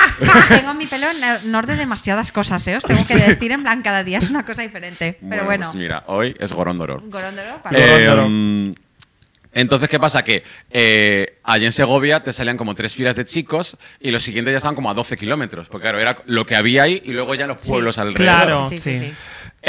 S3: Tengo mi pelo en honor de demasiadas cosas, ¿eh? Os tengo que decir en plan, cada día es una cosa diferente. Pero bueno,
S1: pues mira, hoy es Gorondoror.
S3: Gorondoro, para-
S2: Eh,
S1: Eh,
S2: Gorondoro.
S1: mm, entonces, ¿qué pasa? Que eh, allí en Segovia te salían como tres filas de chicos y los siguientes ya estaban como a 12 kilómetros. Porque claro, era lo que había ahí y luego ya los
S3: Sí.
S1: pueblos alrededor.
S2: Claro,
S3: Sí,
S2: sí.
S3: sí, sí, sí.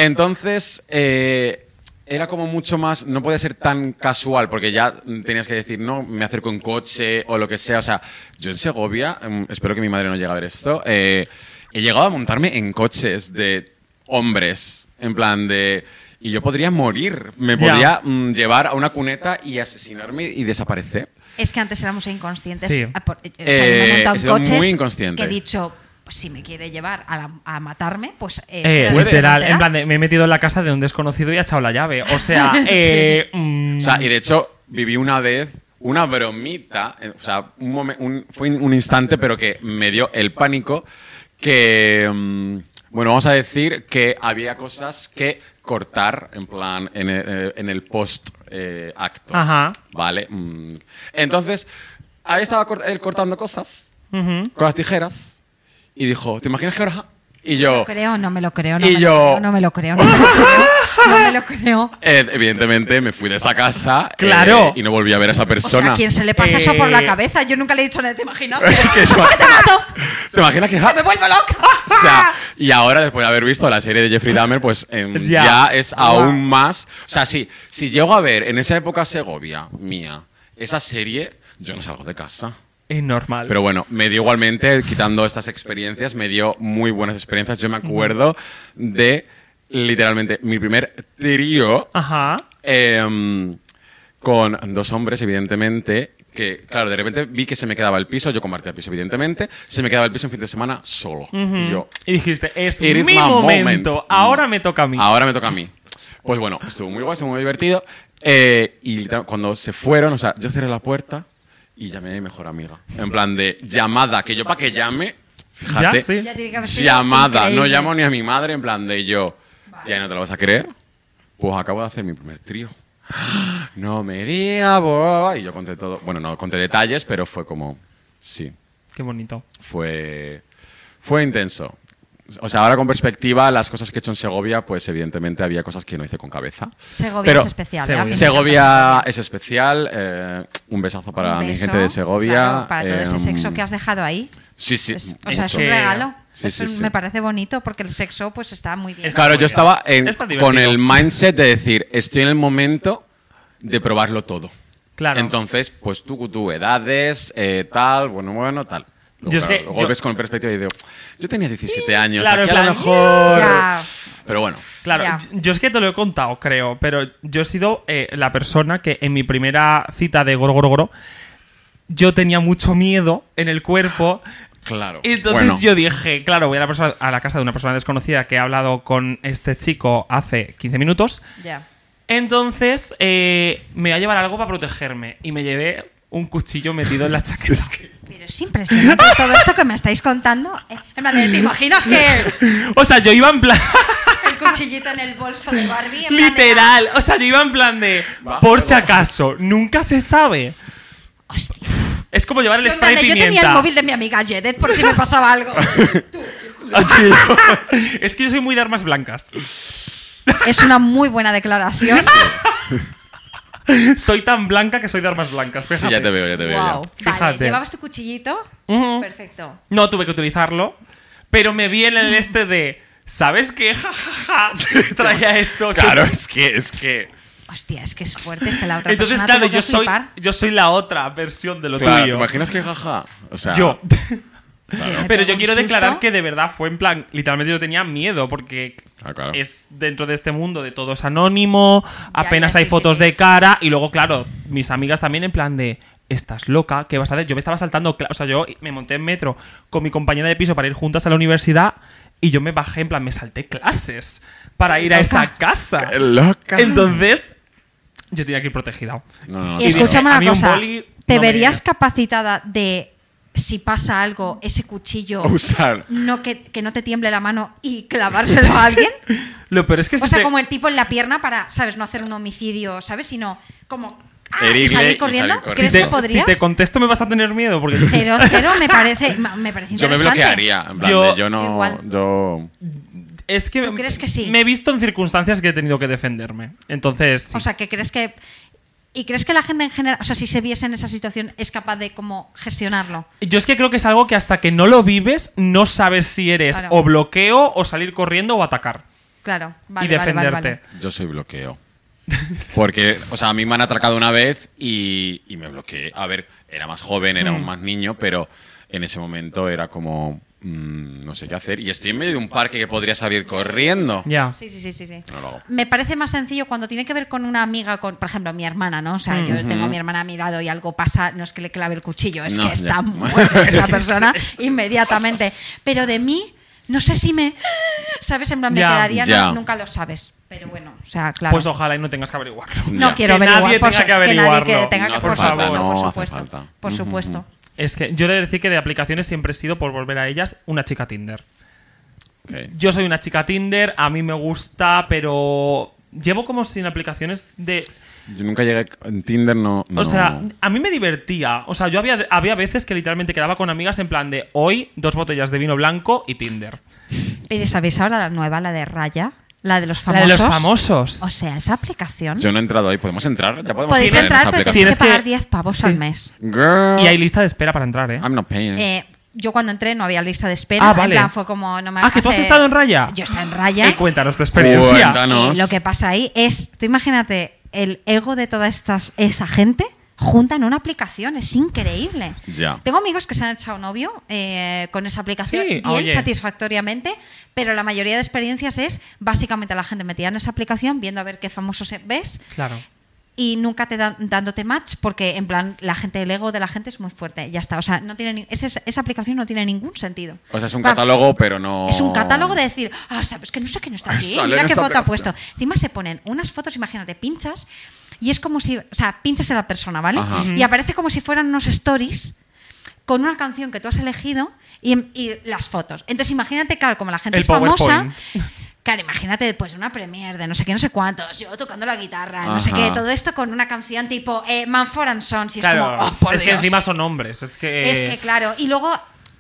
S1: Entonces, eh, era como mucho más, no podía ser tan casual, porque ya tenías que decir, no, me acerco en coche o lo que sea. O sea, yo en Segovia, em, espero que mi madre no llegue a ver esto, eh, he llegado a montarme en coches de hombres, en plan de... Y yo podría morir, me
S2: Ya.
S1: podría mm, llevar a una cuneta y asesinarme y desaparecer.
S3: Es que antes éramos inconscientes.
S2: Sí.
S3: Ah, por- eh, o sea, yo me he
S1: Eh,
S3: montado
S1: he
S3: en
S1: sido
S3: coches
S1: muy inconsciente.
S3: Que he dicho, pues, si me quiere llevar a, la- a matarme, pues. eh,
S2: Eh,
S3: espero que se
S2: literal,
S3: entera.
S2: en plan, de, me he metido en la casa de un desconocido y ha echado la llave. O sea, eh, mm,
S1: O sea, y de hecho, viví una vez una bromita, eh, o sea, un momen- un- fue un instante, pero que me dio el pánico, que, mm, bueno, vamos a decir que había cosas que cortar, en plan, en el, eh, en el post eh, acto.
S2: Ajá.
S1: Vale. mm. Entonces, ahí estaba cort- él cortando cosas
S2: ujú.
S1: con las tijeras y dijo, ¿te imaginas que ahora? Y yo...
S3: No me lo creo, no me lo creo, no,
S1: Y
S3: me,
S1: yo-
S3: lo creo, no me lo creo, no me lo creo. No me lo creo.
S1: eh, evidentemente me fui de esa casa eh,
S2: Claro.
S1: y no volví a ver a esa
S3: O sea,
S1: persona.
S3: ¿a quién se le pasa eso por
S2: Eh,
S3: la cabeza? Yo nunca le he dicho nada, ¿te imaginas?
S1: Que
S3: ¡Que te
S1: no.
S3: mato!
S1: ¿Te imaginas que ja,
S3: ¡Que me vuelvo loca!
S1: O sea, y ahora, después de haber visto la serie de Jeffrey Dahmer, pues em,
S2: Ya.
S1: ya. es aún más. O sea, si, si llego a ver en esa época Segovia mía esa serie, yo no salgo de casa.
S2: Es normal.
S1: Pero bueno, me dio igualmente, quitando estas experiencias, me dio muy buenas experiencias. Yo me acuerdo de literalmente mi primer trío
S2: Ajá.
S1: em, con dos hombres, evidentemente. Que, claro, de repente vi que se me quedaba el piso, yo compartía piso, evidentemente, se me quedaba el piso un fin de semana solo. Y yo,
S2: Y dijiste, es
S1: It is
S2: mi
S1: my
S2: momento.
S1: moment.
S2: Ahora me toca a mí.
S1: mm. Ahora me toca a mí. Pues bueno, estuvo muy guay, estuvo muy divertido. eh, y ta- cuando se fueron, o sea, yo cerré la puerta y llamé a mi mejor amiga. En plan de llamada, que yo para que llame, fíjate,
S2: Ya, sí.
S3: Ya tiene que haber sido
S1: llamada. No
S3: increíble.
S1: llamo ni a mi madre, en plan de yo, ya no te lo vas a creer. Pues acabo de hacer mi primer trío. No me diga, boba. Y yo conté todo. Bueno, no conté detalles, pero fue como. Sí,
S2: Qué bonito.
S1: fue. Fue intenso. O sea, ahora con perspectiva, las cosas que he hecho en Segovia, pues evidentemente había cosas que no hice con cabeza.
S3: Segovia
S1: Pero-
S3: es especial.
S2: Segovia.
S3: ¿eh?
S1: Segovia es especial. eh, un besazo para
S3: Un
S1: mi
S3: beso,
S1: gente de Segovia.
S3: claro, para todo ese
S1: em,
S3: sexo que has dejado ahí.
S1: Sí, sí.
S3: Es- o sea, es
S2: eso.
S3: un
S2: Sí.
S3: regalo.
S1: Sí,
S3: Eso
S1: sí, sí.
S3: Me parece bonito porque el sexo pues está muy bien.
S2: Está-
S1: Claro,
S2: muy
S1: yo
S2: bien.
S1: estaba en-
S2: Está divertido.
S1: con el mindset de decir, estoy en el momento de probarlo todo.
S2: Claro.
S1: Entonces, pues tú, tú, edades, eh, tal, bueno, bueno, tal. Luego,
S2: Yo es
S1: claro,
S2: que
S1: luego
S2: yo-
S1: ves con perspectiva y digo, yo tenía 17 años,
S2: claro,
S1: aquí
S2: en
S1: a lo
S2: plan,
S1: mejor...
S3: Ya.
S1: Pero bueno,
S2: Claro,
S3: Ya.
S2: yo- yo es que te lo he contado, creo, pero yo he sido eh, la persona que en mi primera cita de Goro Goro Goro, yo tenía mucho miedo en el cuerpo.
S1: claro.
S2: Y entonces
S1: Bueno,
S2: yo dije, claro, voy a la, persona- a la casa de una persona desconocida que ha hablado con este chico hace 15 minutos.
S3: Ya.
S2: Entonces eh, me voy a llevar algo para protegerme. Y me llevé un cuchillo metido en la chaqueta.
S1: es que-
S3: Pero es impresionante todo esto que me estáis contando. Eh, en plan de, ¿Te imaginas que
S2: O sea, yo iba en plan...
S3: el cuchillito en el bolso de Barbie? en plan de,
S2: literal. O sea, yo iba en plan de... Por si acaso, nunca se sabe.
S3: "Ah, Hostia.
S2: Es como llevar el
S3: Yo, en plan
S2: spray
S3: de, yo
S2: pimienta.
S3: tenía el móvil de mi amiga Jedet por si me pasaba algo. Tú.
S2: Es que yo soy muy de armas blancas.
S3: Es una muy buena declaración.
S2: Soy tan blanca que soy de armas blancas.
S1: sí,
S2: fíjate.
S1: ya te veo, ya te veo. ya.
S3: Wow. Vale,
S2: Fíjate.
S3: llevabas tu cuchillito. Perfecto.
S2: No tuve que utilizarlo, pero me vi en el este de. ¿Sabes qué? Ja, ja, ja, traía esto.
S1: Claro, es que, es que...
S3: Hostia, es que es fuerte, es que la otra
S2: Entonces,
S3: persona
S2: claro,
S3: tuvo que
S2: yo soy,
S3: flipar.
S2: yo soy la otra versión de lo
S1: Claro, ¿te
S2: tuyo.
S1: imaginas que jaja? O sea,
S2: Yo.
S3: Oye, me
S2: Pero
S3: pegó
S2: yo
S3: un
S2: quiero
S3: susto.
S2: declarar que de verdad fue en plan, literalmente yo tenía miedo porque
S1: Ah, claro.
S2: es dentro de este mundo de todo es anónimo, apenas
S3: ya,
S2: hay
S3: sí,
S2: fotos
S3: sí, sí.
S2: de cara y luego, claro, mis amigas también en plan de, estás loca, ¿qué vas a hacer? Yo me estaba saltando, cla- o sea, yo me monté en metro con mi compañera de piso para ir juntas a la universidad y yo me bajé en plan, me salté clases para ir a esa casa.
S1: Qué loca.
S2: Entonces, yo tenía que ir protegida.
S1: No, no, no,
S3: Y
S2: Y dije,
S3: escúchame
S2: a mí
S3: una
S2: un
S3: cosa.
S2: boli
S3: ¿Te
S2: no me-
S3: verías capacitada de, si pasa algo, ese cuchillo,
S1: Usar.
S3: no que, que no te tiemble la mano y clavárselo a alguien?
S2: Lo peor es que
S3: O
S2: si
S3: sea,
S2: te-
S3: como el tipo en la pierna para, ¿sabes? No hacer un homicidio, ¿sabes? Sino como ah,
S1: Herirle
S3: y
S1: y
S3: salir
S1: salir
S3: corriendo.
S1: corriendo.
S2: si
S3: ¿Crees
S2: te,
S3: que podrías?
S2: si te contesto me vas a tener miedo porque
S3: Cero, cero, me parece, ma- me parece
S1: Yo me
S3: interesante.
S1: bloquearía. En plan,
S2: Yo-
S1: de, yo
S3: Yo
S1: no...
S3: igual.
S1: Yo...
S2: es que
S3: ¿Tú crees que sí?
S2: me he visto en circunstancias que he tenido que defenderme. Entonces, sí.
S3: O sea, que crees que... ¿Y crees que la gente en general, o sea, si se viese en esa situación, es capaz de como gestionarlo?
S2: yo es que creo que es algo que hasta que no lo vives no sabes si eres
S3: Claro.
S2: o bloqueo o salir corriendo o atacar
S3: Claro, vale,
S2: y
S3: vale, vale,
S2: defenderte.
S3: vale.
S1: Yo soy bloqueo. Porque, o sea, a mí me han atracado una vez y, y me bloqueé. A ver, era más joven,
S2: Mm.
S1: era aún más niño, pero en ese momento era como, mm, no sé qué hacer. Y estoy en medio de un parque que podría salir corriendo.
S2: Ya.
S3: Sí, sí, sí, sí, sí.
S1: No lo hago.
S3: Me parece más sencillo cuando tiene que ver con una amiga, con, por ejemplo, mi hermana, ¿no? O sea, yo tengo a mi hermana a mi lado y algo pasa, no es que le clave el cuchillo, es
S1: No,
S3: que
S1: ya.
S3: está muerta esa persona inmediatamente. Pero de mí, no sé si me. ¿Sabes? En plan, me
S2: Ya.
S3: quedaría, no-
S1: Ya.
S3: nunca lo sabes. Pero bueno, o sea, claro.
S2: Pues ojalá y no tengas que averiguarlo.
S3: no
S1: Ya.
S3: quiero
S2: que
S3: averiguar,
S2: nadie
S3: por
S2: tenga
S3: su-
S2: que
S3: Que nadie
S2: averiguarlo.
S3: que tenga
S1: No,
S3: que,
S1: por
S3: por,
S1: favor,
S3: supuesto,
S1: no
S3: por
S1: hace
S3: supuesto.
S1: falta.
S3: Por supuesto.
S2: Es que yo le decía que de aplicaciones siempre he sido por volver a ellas una chica Tinder.
S1: Ok.
S2: Yo soy una chica Tinder, a mí me gusta, pero llevo como sin aplicaciones de
S1: Yo nunca llegué en Tinder, no. no.
S2: O sea, a mí me divertía. O sea, yo había, había veces que literalmente quedaba con amigas en plan de hoy, dos botellas de vino blanco y Tinder.
S3: Pero ¿sabéis ahora la nueva, la de Raya? La de los
S2: La
S3: famosos.
S2: de los famosos.
S3: O sea, esa aplicación.
S1: yo no he entrado ahí. ¿Podemos entrar? Ya podemos
S3: Podéis
S2: Tienes-
S1: en esa
S3: entrar, pero
S1: aplicación.
S3: tienes
S2: Tienes
S3: que pagar
S2: que-
S3: 10 pavos
S2: Sí.
S3: al mes.
S1: Girl,
S2: Y hay lista de espera para entrar, ¿eh?
S1: I'm not paying.
S3: Eh, yo cuando entré no había lista de espera.
S2: Ah,
S3: En
S2: vale.
S3: plan, fue como no me
S2: Ah, que tú has
S3: hace-
S2: estado en Raya.
S3: Yo estaba en Raya.
S2: Eh, cuéntanos tu experiencia.
S1: Cuéntanos.
S3: Y lo que pasa ahí es, tú imagínate, el ego de toda estas, esa gente junta en una aplicación, es increíble.
S1: Ya.
S3: Tengo amigos que se han echado novio eh, con esa aplicación
S2: Sí,
S3: bien
S2: oye.
S3: satisfactoriamente, pero la mayoría de experiencias es básicamente la gente metida en esa aplicación viendo a ver qué famosos ves
S2: Claro.
S3: y nunca te dan dándote match porque en plan la gente el ego de la gente es muy fuerte ya está o sea no tiene ni- ese- esa aplicación no tiene ningún sentido
S1: O sea, es un
S3: Va,
S1: catálogo, pero no.
S3: es un catálogo de decir, ah, sabes que no sé qué no está aquí,
S1: Sale en
S3: mira qué
S1: esta
S3: foto ha puesto.
S1: aplicación.
S3: Encima se ponen unas fotos, imagínate, pinchas, y es como si, o sea, pinchas a la persona, ¿vale?
S1: Ajá. Ujú.
S3: Y aparece como si fueran unos stories con una em, canción que tú has elegido y, y las fotos. Entonces imagínate, claro, como la gente
S2: El
S3: es famosa,
S2: PowerPoint.
S3: Claro, imagínate después de una premiere de no sé qué, no sé cuántos, yo tocando la guitarra, no sé
S1: Ajá.
S3: qué, todo esto con una canción tipo eh, Manford and Sons, y
S2: claro,
S3: es como, oh, por
S2: es que
S3: Dios.
S2: encima son hombres. Es que.
S3: Es
S1: Eh,
S3: que claro, y luego,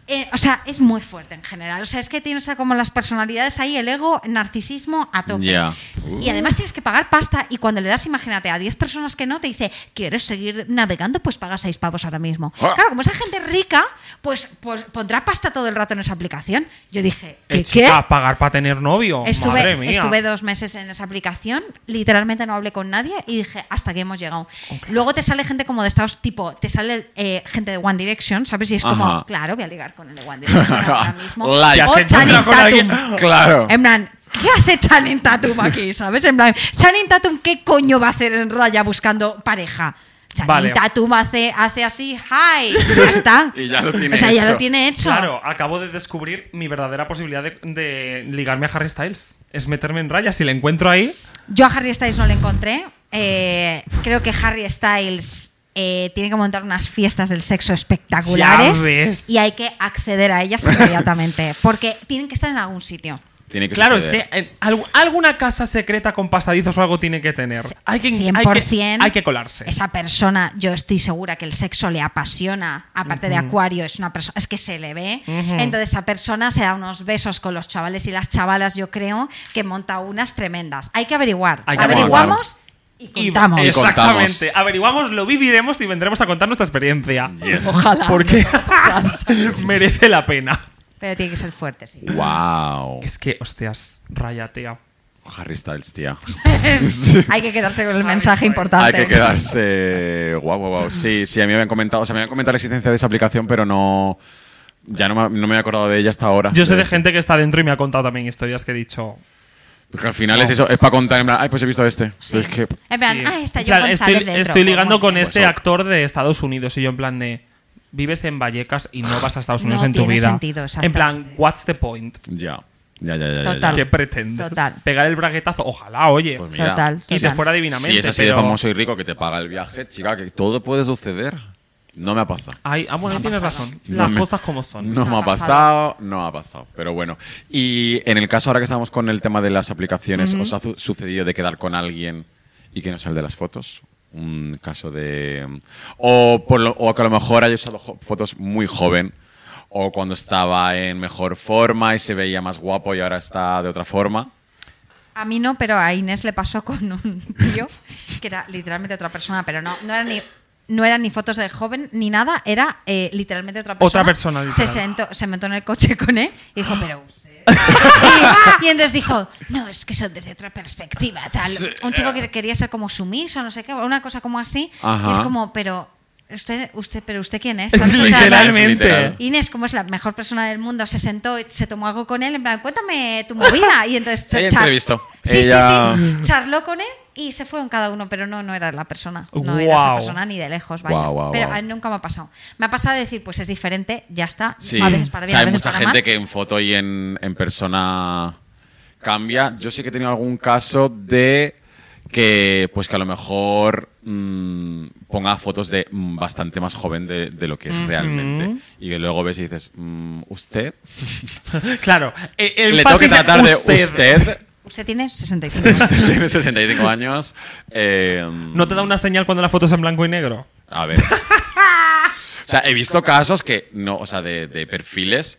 S3: eh, o sea, es muy fuerte en general. O sea, es que tienes como las personalidades ahí, el ego, el narcisismo a tope.
S1: Ya.
S3: Y además tienes que pagar pasta y cuando le das, imagínate, a 10 personas que no, te dice, ¿quieres seguir navegando? Pues pagas 6 pavos ahora mismo.
S1: Ah.
S3: Claro, como esa gente rica, pues, pues pondrá pasta todo el rato en esa aplicación. Yo dije,
S2: Eh,
S3: ¿qué?
S2: chica,
S3: qué?
S2: pagar para tener novio. Madre
S3: Estuve,
S2: mía.
S3: estuve dos meses en esa aplicación, literalmente no hablé con nadie y dije, hasta que hemos llegado. Luego te sale gente como de Estados, tipo, te sale eh, gente de One Direction, ¿sabes? Y es como,
S1: Ajá.
S3: claro, voy a ligar con el de One Direction ahora mismo.
S1: Like.
S3: o
S2: Ya se encuentra
S3: Channing
S2: con alguien.
S3: Tatum.
S1: Claro.
S3: En plan, ¿qué hace Channing Tatum aquí? ¿Sabes? En plan, Channing Tatum, ¿qué coño va a hacer en raya buscando pareja? Channing
S2: Vale.
S3: Tatum hace, hace así, hi, ya está.
S1: Y ya lo tiene
S3: O sea, ya
S1: hecho.
S3: lo tiene hecho.
S2: Claro, acabo de descubrir mi verdadera posibilidad de, de ligarme a Harry Styles. Es meterme en raya. Si le encuentro ahí,
S3: Yo a Harry Styles no le encontré. Eh, creo que Harry Styles eh, tiene que montar unas fiestas del sexo espectaculares
S2: Ya ves.
S3: y hay que acceder a ellas inmediatamente porque tienen que estar en algún sitio.
S1: Tiene que
S2: claro,
S1: suceder.
S2: es que en algu- alguna casa secreta con pasadizos o algo tiene que tener. Hay que, hay que,
S3: 100%
S2: hay que colarse.
S3: Esa persona, yo estoy segura que el sexo le apasiona, aparte de Acuario, es una persona, es que se le ve. Entonces esa persona se da unos besos con los chavales y las chavalas, yo creo, que monta unas tremendas. Hay que averiguar.
S2: Hay que
S3: Averiguamos y
S2: Y-
S3: contamos.
S1: es-
S2: Exactamente.
S1: contamos.
S2: Averiguamos, lo viviremos y vendremos a contar nuestra experiencia.
S1: Yes.
S3: Ojalá.
S2: Porque merece la pena.
S3: Pero tiene que ser fuerte, sí.
S1: Wow.
S2: Es que, hostias, raya, tía.
S1: Harry Styles, tía.
S3: Hay que quedarse con el mensaje importante.
S1: Hay que quedarse. Guau, guau, guau. Sí, sí, a mí me habían comentado. O sea, me habían comentado la existencia de esa aplicación, pero no. Ya no me, no me he acordado de ella hasta ahora.
S2: Yo sé de
S1: De-
S2: gente que está dentro y me ha contado también historias que he dicho.
S1: Porque al final es eso, es para contar. En plan, ay, pues he visto este.
S3: Sí.
S1: Es que.
S3: En plan,
S2: sí.
S3: ah, está
S2: En
S3: yo
S2: plan,
S3: González
S2: estoy,
S3: dentro.
S2: estoy ligando
S3: Pues
S2: con
S3: muy bien.
S2: este actor de Estados Unidos y yo en plan de vives en Vallecas y no vas a Estados Unidos
S3: No
S2: en tu
S3: tiene
S2: vida.
S3: sentido, exacto.
S2: en plan, what's the point?
S1: Ya. Ya, ya, ya. ya,
S3: Total.
S1: ya.
S2: ¿Qué pretendes?
S3: Total.
S2: Pegar el braguetazo, ojalá, oye.
S1: Pues mira.
S3: Total,
S2: y te
S3: total.
S2: este". fuera divinamente.
S1: Si es así
S2: pero-
S1: de famoso y rico que te paga el viaje, chica, que todo puede suceder. No me ha pasado.
S2: Ay, ah, bueno, tienes razón.
S1: No
S2: Las
S1: me-
S2: cosas como son.
S1: No,
S3: No
S1: me
S3: ha
S1: ha pasado, no ha pasado. Pero bueno. Y en el caso ahora que estamos con el tema de las aplicaciones, ¿os ha su- sucedido de quedar con alguien y que no sea el de las fotos? Un caso de. O, por lo- o que a lo mejor haya usado jo- fotos muy joven. O cuando estaba en mejor forma y se veía más guapo y ahora está de otra forma.
S3: A mí no, pero a Inés le pasó con un tío que era literalmente otra persona, pero no, no era ni. No eran ni fotos de joven ni nada, era eh, literalmente otra persona.
S2: Otra persona, literal.
S3: se, sentó, se metió en el coche con él y dijo, pero usted. y, y entonces dijo, no, es que son desde otra perspectiva. Tal. Un chico
S2: eh.
S3: que quería ser como sumiso, no sé qué, una cosa como así. Y es
S1: Ajá.
S3: como, pero usted, usted, pero usted quién es. ¿sabes? O sea,
S2: Literalmente.
S1: literal.
S3: Inés, como es la mejor persona del mundo, se sentó y se tomó algo con él, en plan, cuéntame tu movida. Y entonces
S1: Ella
S3: char-
S1: entrevistó.
S3: Sí,
S1: Ella-
S3: sí, sí. Charló con él y se fueron cada uno, pero no, no era la persona. No era
S2: Guau.
S3: esa persona ni de lejos, vaya.
S1: Guau, guau,
S3: pero
S1: guau.
S3: a mí nunca me ha pasado. Me ha pasado de decir, pues es diferente, ya está.
S1: Sí.
S3: A veces para
S1: O
S3: bien,
S1: sea,
S3: a
S1: hay
S3: veces
S1: mucha
S3: para
S1: gente
S3: mal.
S1: que en foto y en, en persona cambia. Yo sí que he tenido algún caso de que, pues que a lo mejor mm, ponga fotos de mm, bastante más joven de, de lo que es realmente. Y que luego ves y dices, mm, ¿usted?
S2: Claro. eh, El
S1: Le tengo que
S2: énfasis en
S1: tratar de
S2: usted.
S1: usted.
S3: Usted tiene 65
S1: Usted tiene 65 años. eh,
S2: ¿No te da una señal cuando la foto es en blanco y negro?
S1: A ver. o sea, he visto casos que no, o sea, de, de perfiles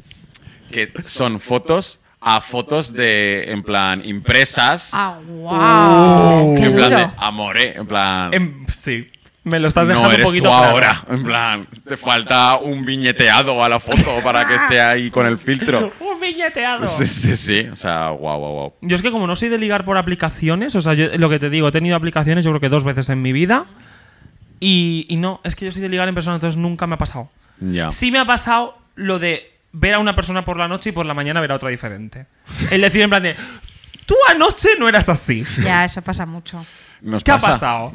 S1: que son fotos a fotos de, en plan, impresas.
S3: ¡Ah, wow! ¡Qué
S1: Oh. en
S3: duro!
S1: plan de amore, en plan.
S2: Em, sí. Me lo estás dejando
S1: no eres
S2: un poquito
S1: tú
S2: claro.
S1: ahora. En plan, te falta un viñeteado a la foto para que esté ahí con el filtro.
S2: Un billeteado.
S1: Sí, sí, sí. O sea, guau, guau, guau.
S2: Yo es que como no soy de ligar por aplicaciones, o sea, yo, lo que te digo, he tenido aplicaciones yo creo que dos veces en mi vida. Y, y no, es que yo soy de ligar en persona, entonces nunca me ha pasado.
S1: Ya.
S2: Sí me ha pasado lo de ver a una persona por la noche y por la mañana ver a otra diferente. Es decir, en plan de, tú anoche no eras así.
S3: Ya, eso pasa mucho.
S1: Nos
S2: ¿Qué ha
S1: pasa.
S2: pasado?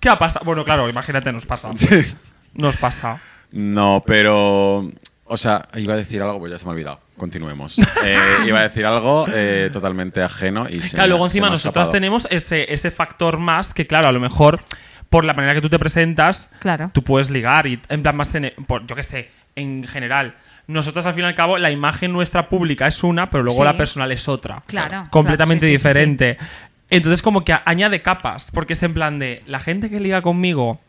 S2: ¿Qué ha pasado? Bueno, claro, imagínate, nos pasa. Nos pasa.
S1: No, pero. O sea, iba a decir algo, pues ya se me ha olvidado. Continuemos. Eh, iba a decir algo eh, totalmente ajeno y se
S2: Claro,
S1: me-
S2: luego
S1: se me
S2: encima
S1: ha
S2: nosotras
S1: escapado.
S2: tenemos ese, ese factor más que, claro, a lo mejor por la manera que tú te presentas,
S3: Claro.
S2: tú puedes ligar y en plan más, en, por- yo qué sé, en general. nosotros al fin y al cabo la imagen nuestra pública es una, pero luego
S3: Sí.
S2: la personal es otra.
S3: Claro,
S2: Completamente
S3: claro, sí, sí, sí,
S2: diferente. Entonces como que a- añade capas, porque es en plan de la gente que liga conmigo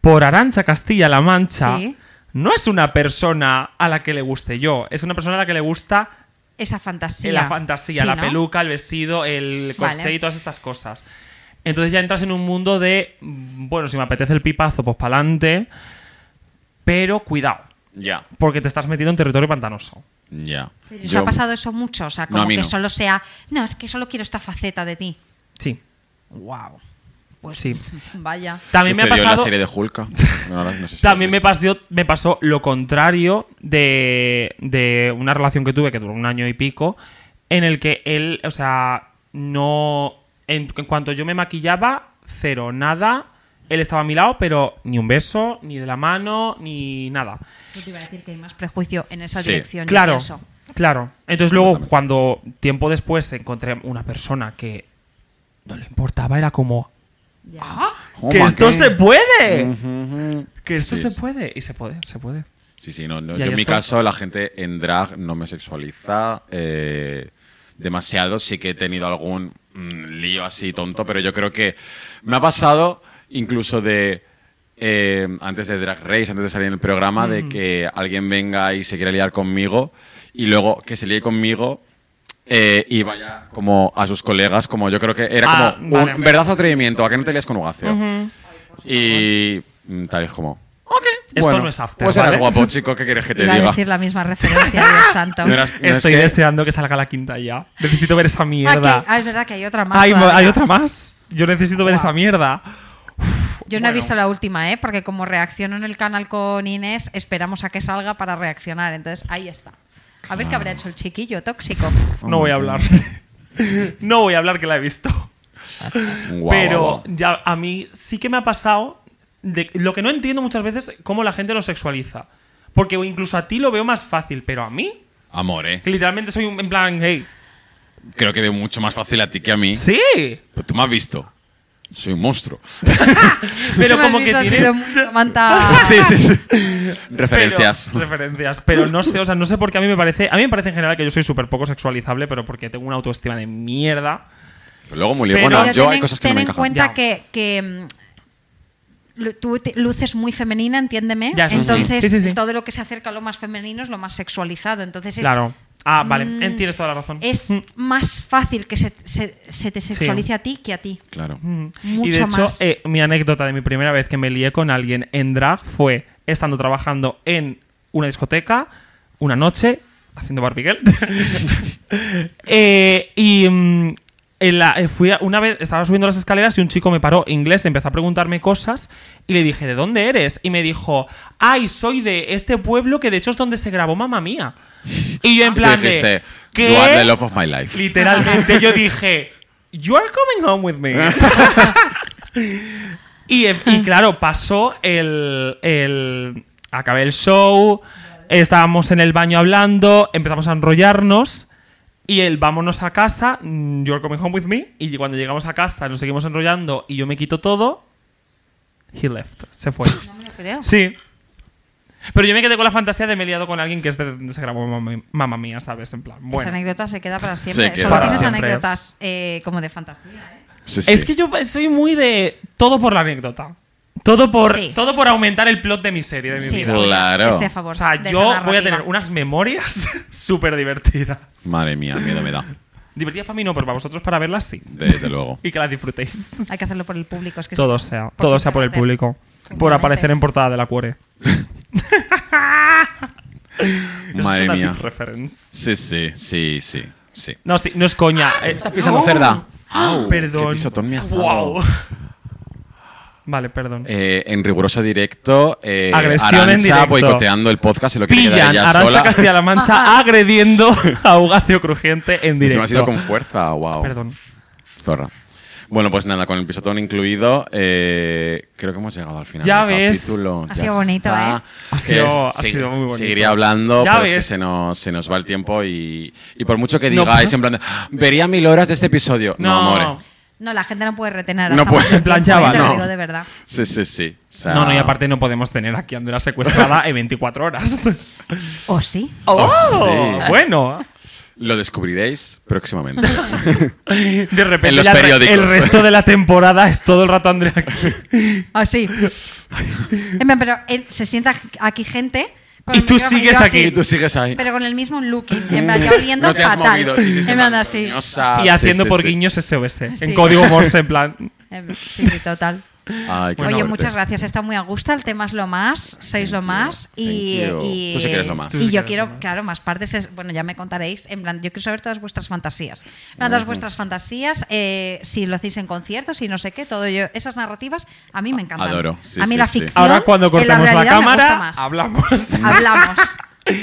S2: por Arancha Castilla-La Mancha
S3: Sí.
S2: no es una persona a la que le guste yo, es una persona a la que le gusta
S3: Esa fantasía.
S2: la fantasía,
S3: Sí,
S2: la
S3: ¿no?
S2: peluca, el vestido, el corsé
S3: Vale.
S2: y todas estas cosas. Entonces ya entras en un mundo de, mm, bueno, si me apetece el pipazo, pues pa'lante, pero cuidado,
S1: Ya,
S2: porque te estás metiendo en territorio pantanoso.
S1: ya.
S3: Pero ¿Os
S1: Yo-
S3: ha pasado eso mucho? O sea,
S1: No,
S3: como
S1: a mí
S3: que
S1: no.
S3: solo sea. No, es que solo quiero esta faceta de ti.
S2: Sí.
S3: ¡Wow! Pues
S2: Sí.
S3: Vaya.
S2: También me ha
S1: Sucedió en la
S2: pasado...
S1: serie de Hulka. No, no, no sé si lo has
S2: También me
S1: visto.
S2: pasó, me pasó lo contrario de, de una relación que tuve que duró un año y pico, en el que él, o sea, no. En, en cuanto yo me maquillaba, cero, nada. Él estaba a mi lado, pero ni un beso, ni de la mano, ni nada.
S3: Yo te iba a decir que hay más prejuicio en esa
S1: Sí.
S3: dirección. yo
S2: Claro,
S3: pienso.
S2: claro. Entonces luego
S1: Completamente.
S2: cuando tiempo después encontré una persona que no le importaba, era como... ¡Ah!
S1: Oh,
S2: ¡Que
S1: man,
S2: esto
S1: ¿qué?
S2: se puede!
S1: Ujú.
S2: ¡Que esto
S1: Sí,
S2: se
S1: sí.
S2: puede! Y se puede, se puede.
S1: Sí, sí, no, no.
S2: Y
S1: Yo
S2: ahí
S1: en mi
S2: está.
S1: caso la gente en drag no me sexualiza eh, demasiado. Sí que he tenido algún mm, lío así tonto, pero yo creo que me ha pasado incluso de... eh, antes de Drag Race, antes de salir en el programa,
S2: Mm.
S1: de que alguien venga y se quiera liar conmigo y luego que se líe conmigo eh, y vaya como a sus colegas, como yo creo que era
S2: Ah,
S1: como
S2: vale.
S1: un verdad o atrevimiento, a que no te lías con Ugacio. Y mm, tal es como... Ok,
S2: Esto no es after,
S1: Pues eras
S2: ¿vale?
S1: guapo, chico, ¿qué quieres que te
S3: Iba a
S1: diga?
S3: decir la misma referencia, Dios santo.
S1: No eras- no es
S2: Estoy
S1: que-
S2: deseando que salga la quinta ya. Necesito ver esa
S3: Ah, que hay-
S2: mierda.
S3: ah, es verdad que hay otra más.
S2: Ay, ma-
S3: todavía.
S2: ¿Hay otra más? Yo necesito ver
S3: Guau.
S2: esa mierda. Uf,
S3: Yo no he
S2: bueno.
S3: visto la última, ¿eh? Porque como reacciono en el canal con Inés, esperamos a que salga para reaccionar. Entonces, ahí está. A
S1: Ah.
S3: ver qué habrá hecho el chiquillo tóxico.
S2: No voy a hablar. no voy a hablar que la he visto.
S1: Guau,
S2: Pero
S1: guau, guau.
S2: ya a mí sí que me ha pasado. de- lo que no entiendo muchas veces cómo la gente lo sexualiza. Porque incluso a ti lo veo más fácil, pero a mí,
S1: Amor, ¿eh?
S2: que literalmente soy un en plan, hey.
S1: Creo que veo mucho más fácil a ti que a mí.
S2: Sí,
S1: Pero tú me has visto. Soy un monstruo.
S2: pero
S3: Tú me has
S2: como que
S3: visto, has
S2: tiene-
S3: sido muy Samantha-
S1: sí, sí, sí. Referencias.
S2: Pero, referencias. Pero no sé, o sea, no sé por qué a mí me parece. A mí me parece en general que yo soy súper poco sexualizable, pero porque tengo una autoestima de mierda.
S1: Pero luego muy li-
S2: Pero-
S1: Bueno,
S3: Pero
S1: yo
S3: ten
S1: hay
S3: en-
S1: cosas que no
S3: ten
S1: me
S3: en
S1: encajan.
S3: cuenta
S2: Ya.
S3: que, que, mm, lu- tú te- luces muy femenina, entiéndeme.
S2: Ya, sí, sí, sí.
S3: Entonces,
S2: Sí, sí, sí.
S3: todo lo que se acerca a lo más femenino es lo más sexualizado. Entonces, es-
S2: Claro. Ah, vale.
S3: mm,
S2: eh, Tienes toda la razón.
S3: Es
S2: Mm.
S3: más fácil que se, se- se te sexualice a ti que a ti.
S1: Claro.
S3: Mucho
S2: y de hecho,
S3: más.
S2: eh, mi anécdota de mi primera vez que me lié con alguien en drag fue estando trabajando en una discoteca una noche haciendo Barbie Girl. Eh, y mm, en la- eh, fui a- una vez estaba subiendo las escaleras y un chico me paró inglés, empezó a preguntarme cosas y le dije, ¿de dónde eres? Y me dijo, ay, soy de este pueblo que de hecho es donde se grabó Mamma Mía. Y
S1: Y
S2: yo en
S1: Ah. tú
S2: plan de,
S1: dijiste,
S2: ¿qué?
S1: You are the love of my life.
S2: Literalmente yo dije, You are coming home with me. y, eh, y claro, pasó el, el- Acabé el show, estábamos en el baño hablando, empezamos a enrollarnos. Y el vámonos a casa, mm, you're coming home with me. Y cuando llegamos a casa nos seguimos enrollando y yo me quito todo. He left, se fue.
S3: No me lo creo.
S2: Sí. Pero yo me quedé con la fantasía de me he liado con alguien que es de donde se grabó mamá, Mamma mía, ¿sabes? En plan, bueno.
S3: Esa anécdota se queda para siempre.
S1: Se queda
S3: Solo
S1: para
S3: tienes
S2: siempre.
S3: anécdotas eh, como de fantasía. ¿eh?
S1: Sí, sí.
S2: Es que yo soy muy de todo por la anécdota. Todo por,
S3: Sí.
S2: todo por aumentar el plot de mi serie, de mi
S3: Sí,
S2: vida.
S1: Claro.
S3: estoy a favor.
S2: O sea,
S3: de esa
S2: yo voy a
S3: narrativa.
S2: tener unas memorias súper divertidas.
S1: Madre mía, miedo me da.
S2: Divertidas para mí no, pero para vosotros para verlas sí.
S1: Desde luego.
S2: Y que las disfrutéis.
S3: Hay que hacerlo por el público. Es que
S2: Todo
S3: es-
S2: sea,
S3: ¿por
S2: todo
S3: qué
S2: sea
S3: se
S2: por
S3: va a
S2: el
S3: hacer?
S2: público. Por
S3: Entonces-
S2: aparecer en portada de la cuore. Eso es
S1: Madre
S2: una
S1: mía.
S2: deep reference.
S1: Sí, sí, sí, sí. sí.
S2: No, sí, no es coña. Eh,
S1: ¿Estás pisando cerda? Au,
S2: perdón.
S1: Qué pisotón me has dado.
S2: wow. Vale, perdón.
S1: Eh, en riguroso directo. Eh,
S2: Agresión en
S1: Arancha
S2: directo.
S1: boicoteando el podcast y lo que quiere quedar
S2: pillan
S1: ella
S2: a Arancha
S1: sola.
S2: Castilla-La Mancha agrediendo a Ugacio Crujiente en
S1: Encima
S2: directo.
S1: ha sido con fuerza, wow.
S2: Perdón.
S1: Zorra. Bueno, pues nada, con el pisotón incluido, eh, creo que hemos llegado al final
S2: Ya
S1: del
S2: ves.
S1: capítulo.
S3: Ha
S1: Ya
S3: sido bonito,
S1: está.
S2: ¿eh? Ha
S1: Que
S2: sido- ha
S1: se-
S2: sido muy bonito.
S1: Seguiría hablando,
S2: Ya
S1: pero es que
S2: ves.
S1: se nos, se nos va el tiempo y, y por mucho que
S2: No,
S1: digáis,
S2: pero-
S1: en plan, de, "Ah, vería mil horas de este episodio. No,
S2: No.
S1: amore.
S3: No, la gente no puede retener.
S1: No
S3: hasta
S1: puede.
S3: más tiempo,
S1: En
S2: plan,
S3: ¿eh?
S2: ya va,
S3: Te lo
S1: no.
S3: digo de verdad.
S1: Sí, sí, sí. O sea,
S2: No, no, y aparte no podemos tener aquí a Andrea secuestrada en 24 horas.
S3: O sí.
S1: Oh, sí.
S2: Bueno,
S1: Lo descubriréis próximamente.
S2: de repente
S1: En los
S2: ya el re-
S1: periódicos.
S2: el resto de la temporada es todo el rato Andrea aquí.
S3: O Ah, sí. En plan, Pero eh, se sienta aquí gente. con
S2: Y
S3: el
S2: tú
S3: micrófono
S2: sigues
S3: yo
S2: aquí.
S3: así,
S1: y tú sigues ahí.
S3: Pero con el mismo looking. En plan, ya oliendo
S1: no te has
S3: fatal.
S1: movido. Sí, sí, sí,
S3: en plan,
S1: María
S3: así.
S1: Antoniosa.
S2: y haciendo
S1: Ah, Sí, sí,
S2: por
S1: sí.
S2: guiños SOS. En
S3: Sí.
S2: código Morse, en plan.
S3: Em, Sí, sí, total.
S1: Ay, qué
S3: Oye,
S1: fuerte.
S3: muchas gracias. Está muy a gusto. El tema es lo más. Sois lo
S1: you,
S3: más. Y,
S1: thank you.
S3: y-
S1: Tú sí que eres lo más.
S2: Tú sí
S3: Y
S2: que
S3: yo
S2: eres
S3: quiero, claro, más partes. es- bueno, ya me contaréis. En plan, yo quiero saber todas vuestras fantasías. En plan, todas vuestras fantasías. eh, si lo hacéis en conciertos, si no sé qué, todo yo. Esas narrativas a mí me encantan.
S1: Adoro, sí,
S3: a mí
S1: sí,
S3: la
S1: sí.
S3: ficción.
S2: Ahora cuando
S3: en
S2: cortamos la,
S3: realidad me gusta
S2: cámara,
S3: más.
S2: hablamos.
S3: Hablamos.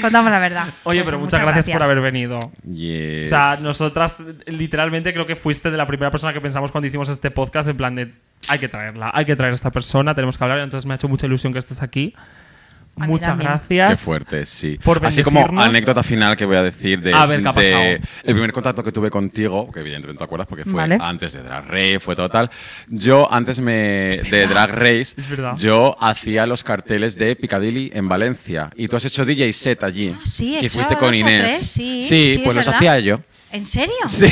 S3: Contamos la verdad.
S2: Oye,
S3: Pues
S2: pero muchas, gracias, por haber venido.
S1: Yes.
S2: O sea, nosotras literalmente creo que fuiste de la primera persona que pensamos cuando hicimos este podcast en plan de hay que traerla, hay que traer a esta persona, tenemos que hablar. Entonces me ha hecho mucha ilusión que estés aquí.
S3: A mí
S2: Muchas
S3: también.
S2: gracias.
S1: Qué fuerte, sí.
S2: por
S1: Así como
S2: bendecirnos.
S1: anécdota final que voy a decir de,
S2: A ver, ¿qué ha
S1: de
S2: pasado?
S1: el primer contacto que tuve contigo, que evidentemente no te acuerdas porque fue
S3: Vale.
S1: antes de Drag Race, fue todo tal. Yo antes me de Drag Race,
S2: Es verdad.
S1: yo hacía los carteles de Piccadilly en Valencia y tú has hecho DJ set allí.
S3: Ah, Sí, he
S1: que
S3: hecho
S1: fuiste con
S3: dos o
S1: Inés.
S3: tres, sí, sí, es
S1: pues los
S3: verdad. Ah.
S1: hacía yo.
S3: ¿En serio?
S1: Sí,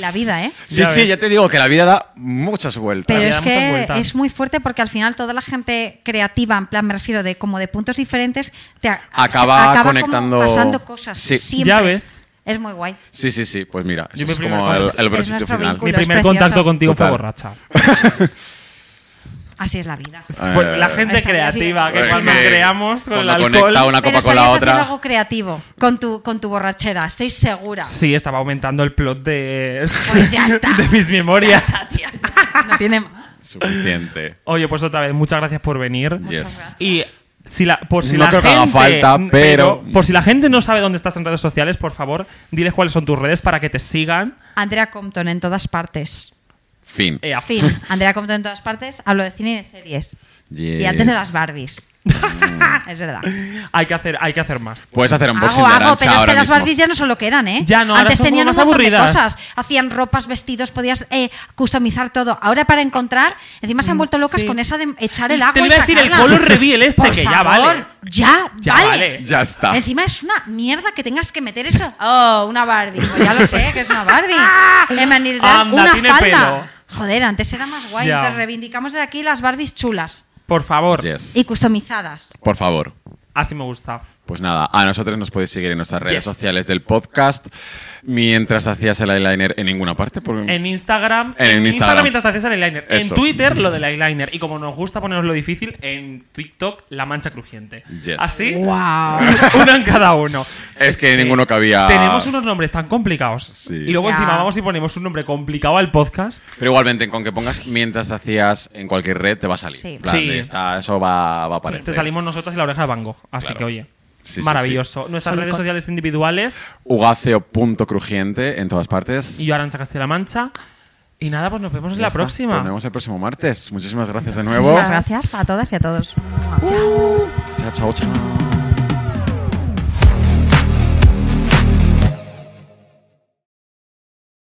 S3: La vida, ¿eh?
S1: sí,
S2: Ya
S1: sí,
S2: ves.
S1: ya te digo que la vida da muchas vueltas.
S3: Pero
S2: Le
S3: es
S2: da muchas
S3: que
S2: vueltas.
S3: es muy fuerte porque al final toda la gente creativa, en plan, me refiero de como de puntos diferentes, te a-
S1: Acaba
S3: se- como
S1: conectando-
S3: pasando cosas.
S1: Sí.
S3: Siempre.
S2: Ya ves.
S3: Es muy guay.
S1: Sí, sí, sí, pues mira,
S2: Yo
S1: eso
S2: mi
S1: es
S2: primer
S1: como el,
S2: contacto-
S1: el
S3: Es
S1: brochito
S3: nuestro
S1: final.
S3: vínculo.
S2: Mi
S3: Culo, es
S2: primer
S3: precioso.
S2: contacto contigo
S1: Total.
S2: fue borracha.
S3: Así es la vida.
S2: Pues la gente
S3: Estaría así.
S2: creativa, que
S1: Es
S2: cuando
S1: Eh, Pues que
S2: creamos con el
S1: cuando
S2: alcohol.
S1: conecta una
S3: Pero
S1: copa con
S3: estarías
S1: la
S3: haciendo
S1: otra.
S3: algo creativo con tu, con tu borrachera, estoy segura.
S2: Sí, estaba aumentando el plot de,
S3: Pues ya está.
S2: de mis memorias.
S3: Ya está, tía. No tiene más.
S1: Suficiente.
S2: Oye, pues otra vez, muchas gracias por venir.
S1: Yes.
S2: Y si la, por si
S1: No
S2: la
S1: creo que
S2: gente, mm,
S1: haga falta, pero-
S2: Por si la gente no sabe dónde estás en redes sociales, por favor, diles cuáles son tus redes para que te sigan. eh,
S3: Andrea Compton en todas partes.
S1: Fin.
S2: Ea.
S3: Fin. Andrea Compton en todas partes. Hablo de cine y de series. Y antes de las Barbies. es verdad.
S2: Hay que hacer, hay que hacer más.
S1: Puedes hacer un
S3: Hago,
S1: boxing de
S3: hago,
S1: Arantxa
S3: pero es que
S1: ahora
S3: las
S1: mismo.
S3: Barbies ya no son lo que eran, ¿eh?
S2: Ya no, ahora
S3: Antes
S2: son como
S3: tenían
S2: más
S3: un montón
S2: aburridas.
S3: de cosas. Hacían ropas, vestidos, podías eh, customizar todo. Ahora para encontrar, encima se han vuelto locas
S2: Mm, sí.
S3: con esa de echar el
S2: Te
S3: agua
S2: iba
S3: y
S2: a decir el
S3: sacarla.
S2: color reveal este,
S3: Por
S2: que ya
S3: favor,
S2: vale.
S3: Ya,
S2: Ya
S3: vale.
S2: vale.
S1: Ya está.
S3: Encima es una mierda que tengas que meter eso. Oh, una Barbie. Pues ya lo sé, que es una Barbie. Eh, Emma Neal,
S2: Anda,
S3: una
S2: tiene
S3: falda.
S2: pelo.
S3: Joder, antes era más guay.
S2: Ya.
S3: Entonces reivindicamos de aquí las Barbies chulas
S2: Por favor.
S1: Yes.
S3: y customizadas.
S1: Por favor.
S2: Así me gusta.
S1: Pues nada, a nosotros nos podéis seguir en nuestras redes
S2: Yes.
S1: sociales del podcast. Mientras hacías el eyeliner en ninguna parte. Porque
S2: En Instagram.
S1: En Instagram.
S2: mientras te haces el eyeliner.
S1: Eso.
S2: En Twitter, lo del eyeliner. Y como nos gusta ponernos lo difícil, en TikTok, la mancha crujiente.
S1: Yes.
S2: Así.
S3: ¡Wow!
S2: Uno en cada uno.
S1: Es que ninguno cabía.
S2: Tenemos unos nombres tan complicados. Y luego
S3: Ya.
S2: encima vamos y ponemos un nombre complicado al podcast.
S1: Pero igualmente, con que pongas mientras hacías en cualquier red, te va a salir.
S3: Sí.
S1: En plan
S2: Sí.
S1: de esta- eso va, va a aparecer.
S2: Te salimos nosotros y la oreja de Van Gogh. Así
S1: Claro.
S2: que oye.
S1: Sí, sí,
S2: maravilloso. Nuestras
S3: Solo
S2: redes
S3: con-
S2: sociales individuales
S1: Ugaceo.crujiente en todas partes.
S2: y yo Arancha Castilla-La Mancha. Y nada, pues nos vemos en
S1: Ya
S2: la
S1: está.
S2: próxima.
S1: Nos vemos el próximo martes. Muchísimas gracias de nuevo.
S3: Muchas gracias a todas y a todos. Chao.
S1: Chao, chao, chao.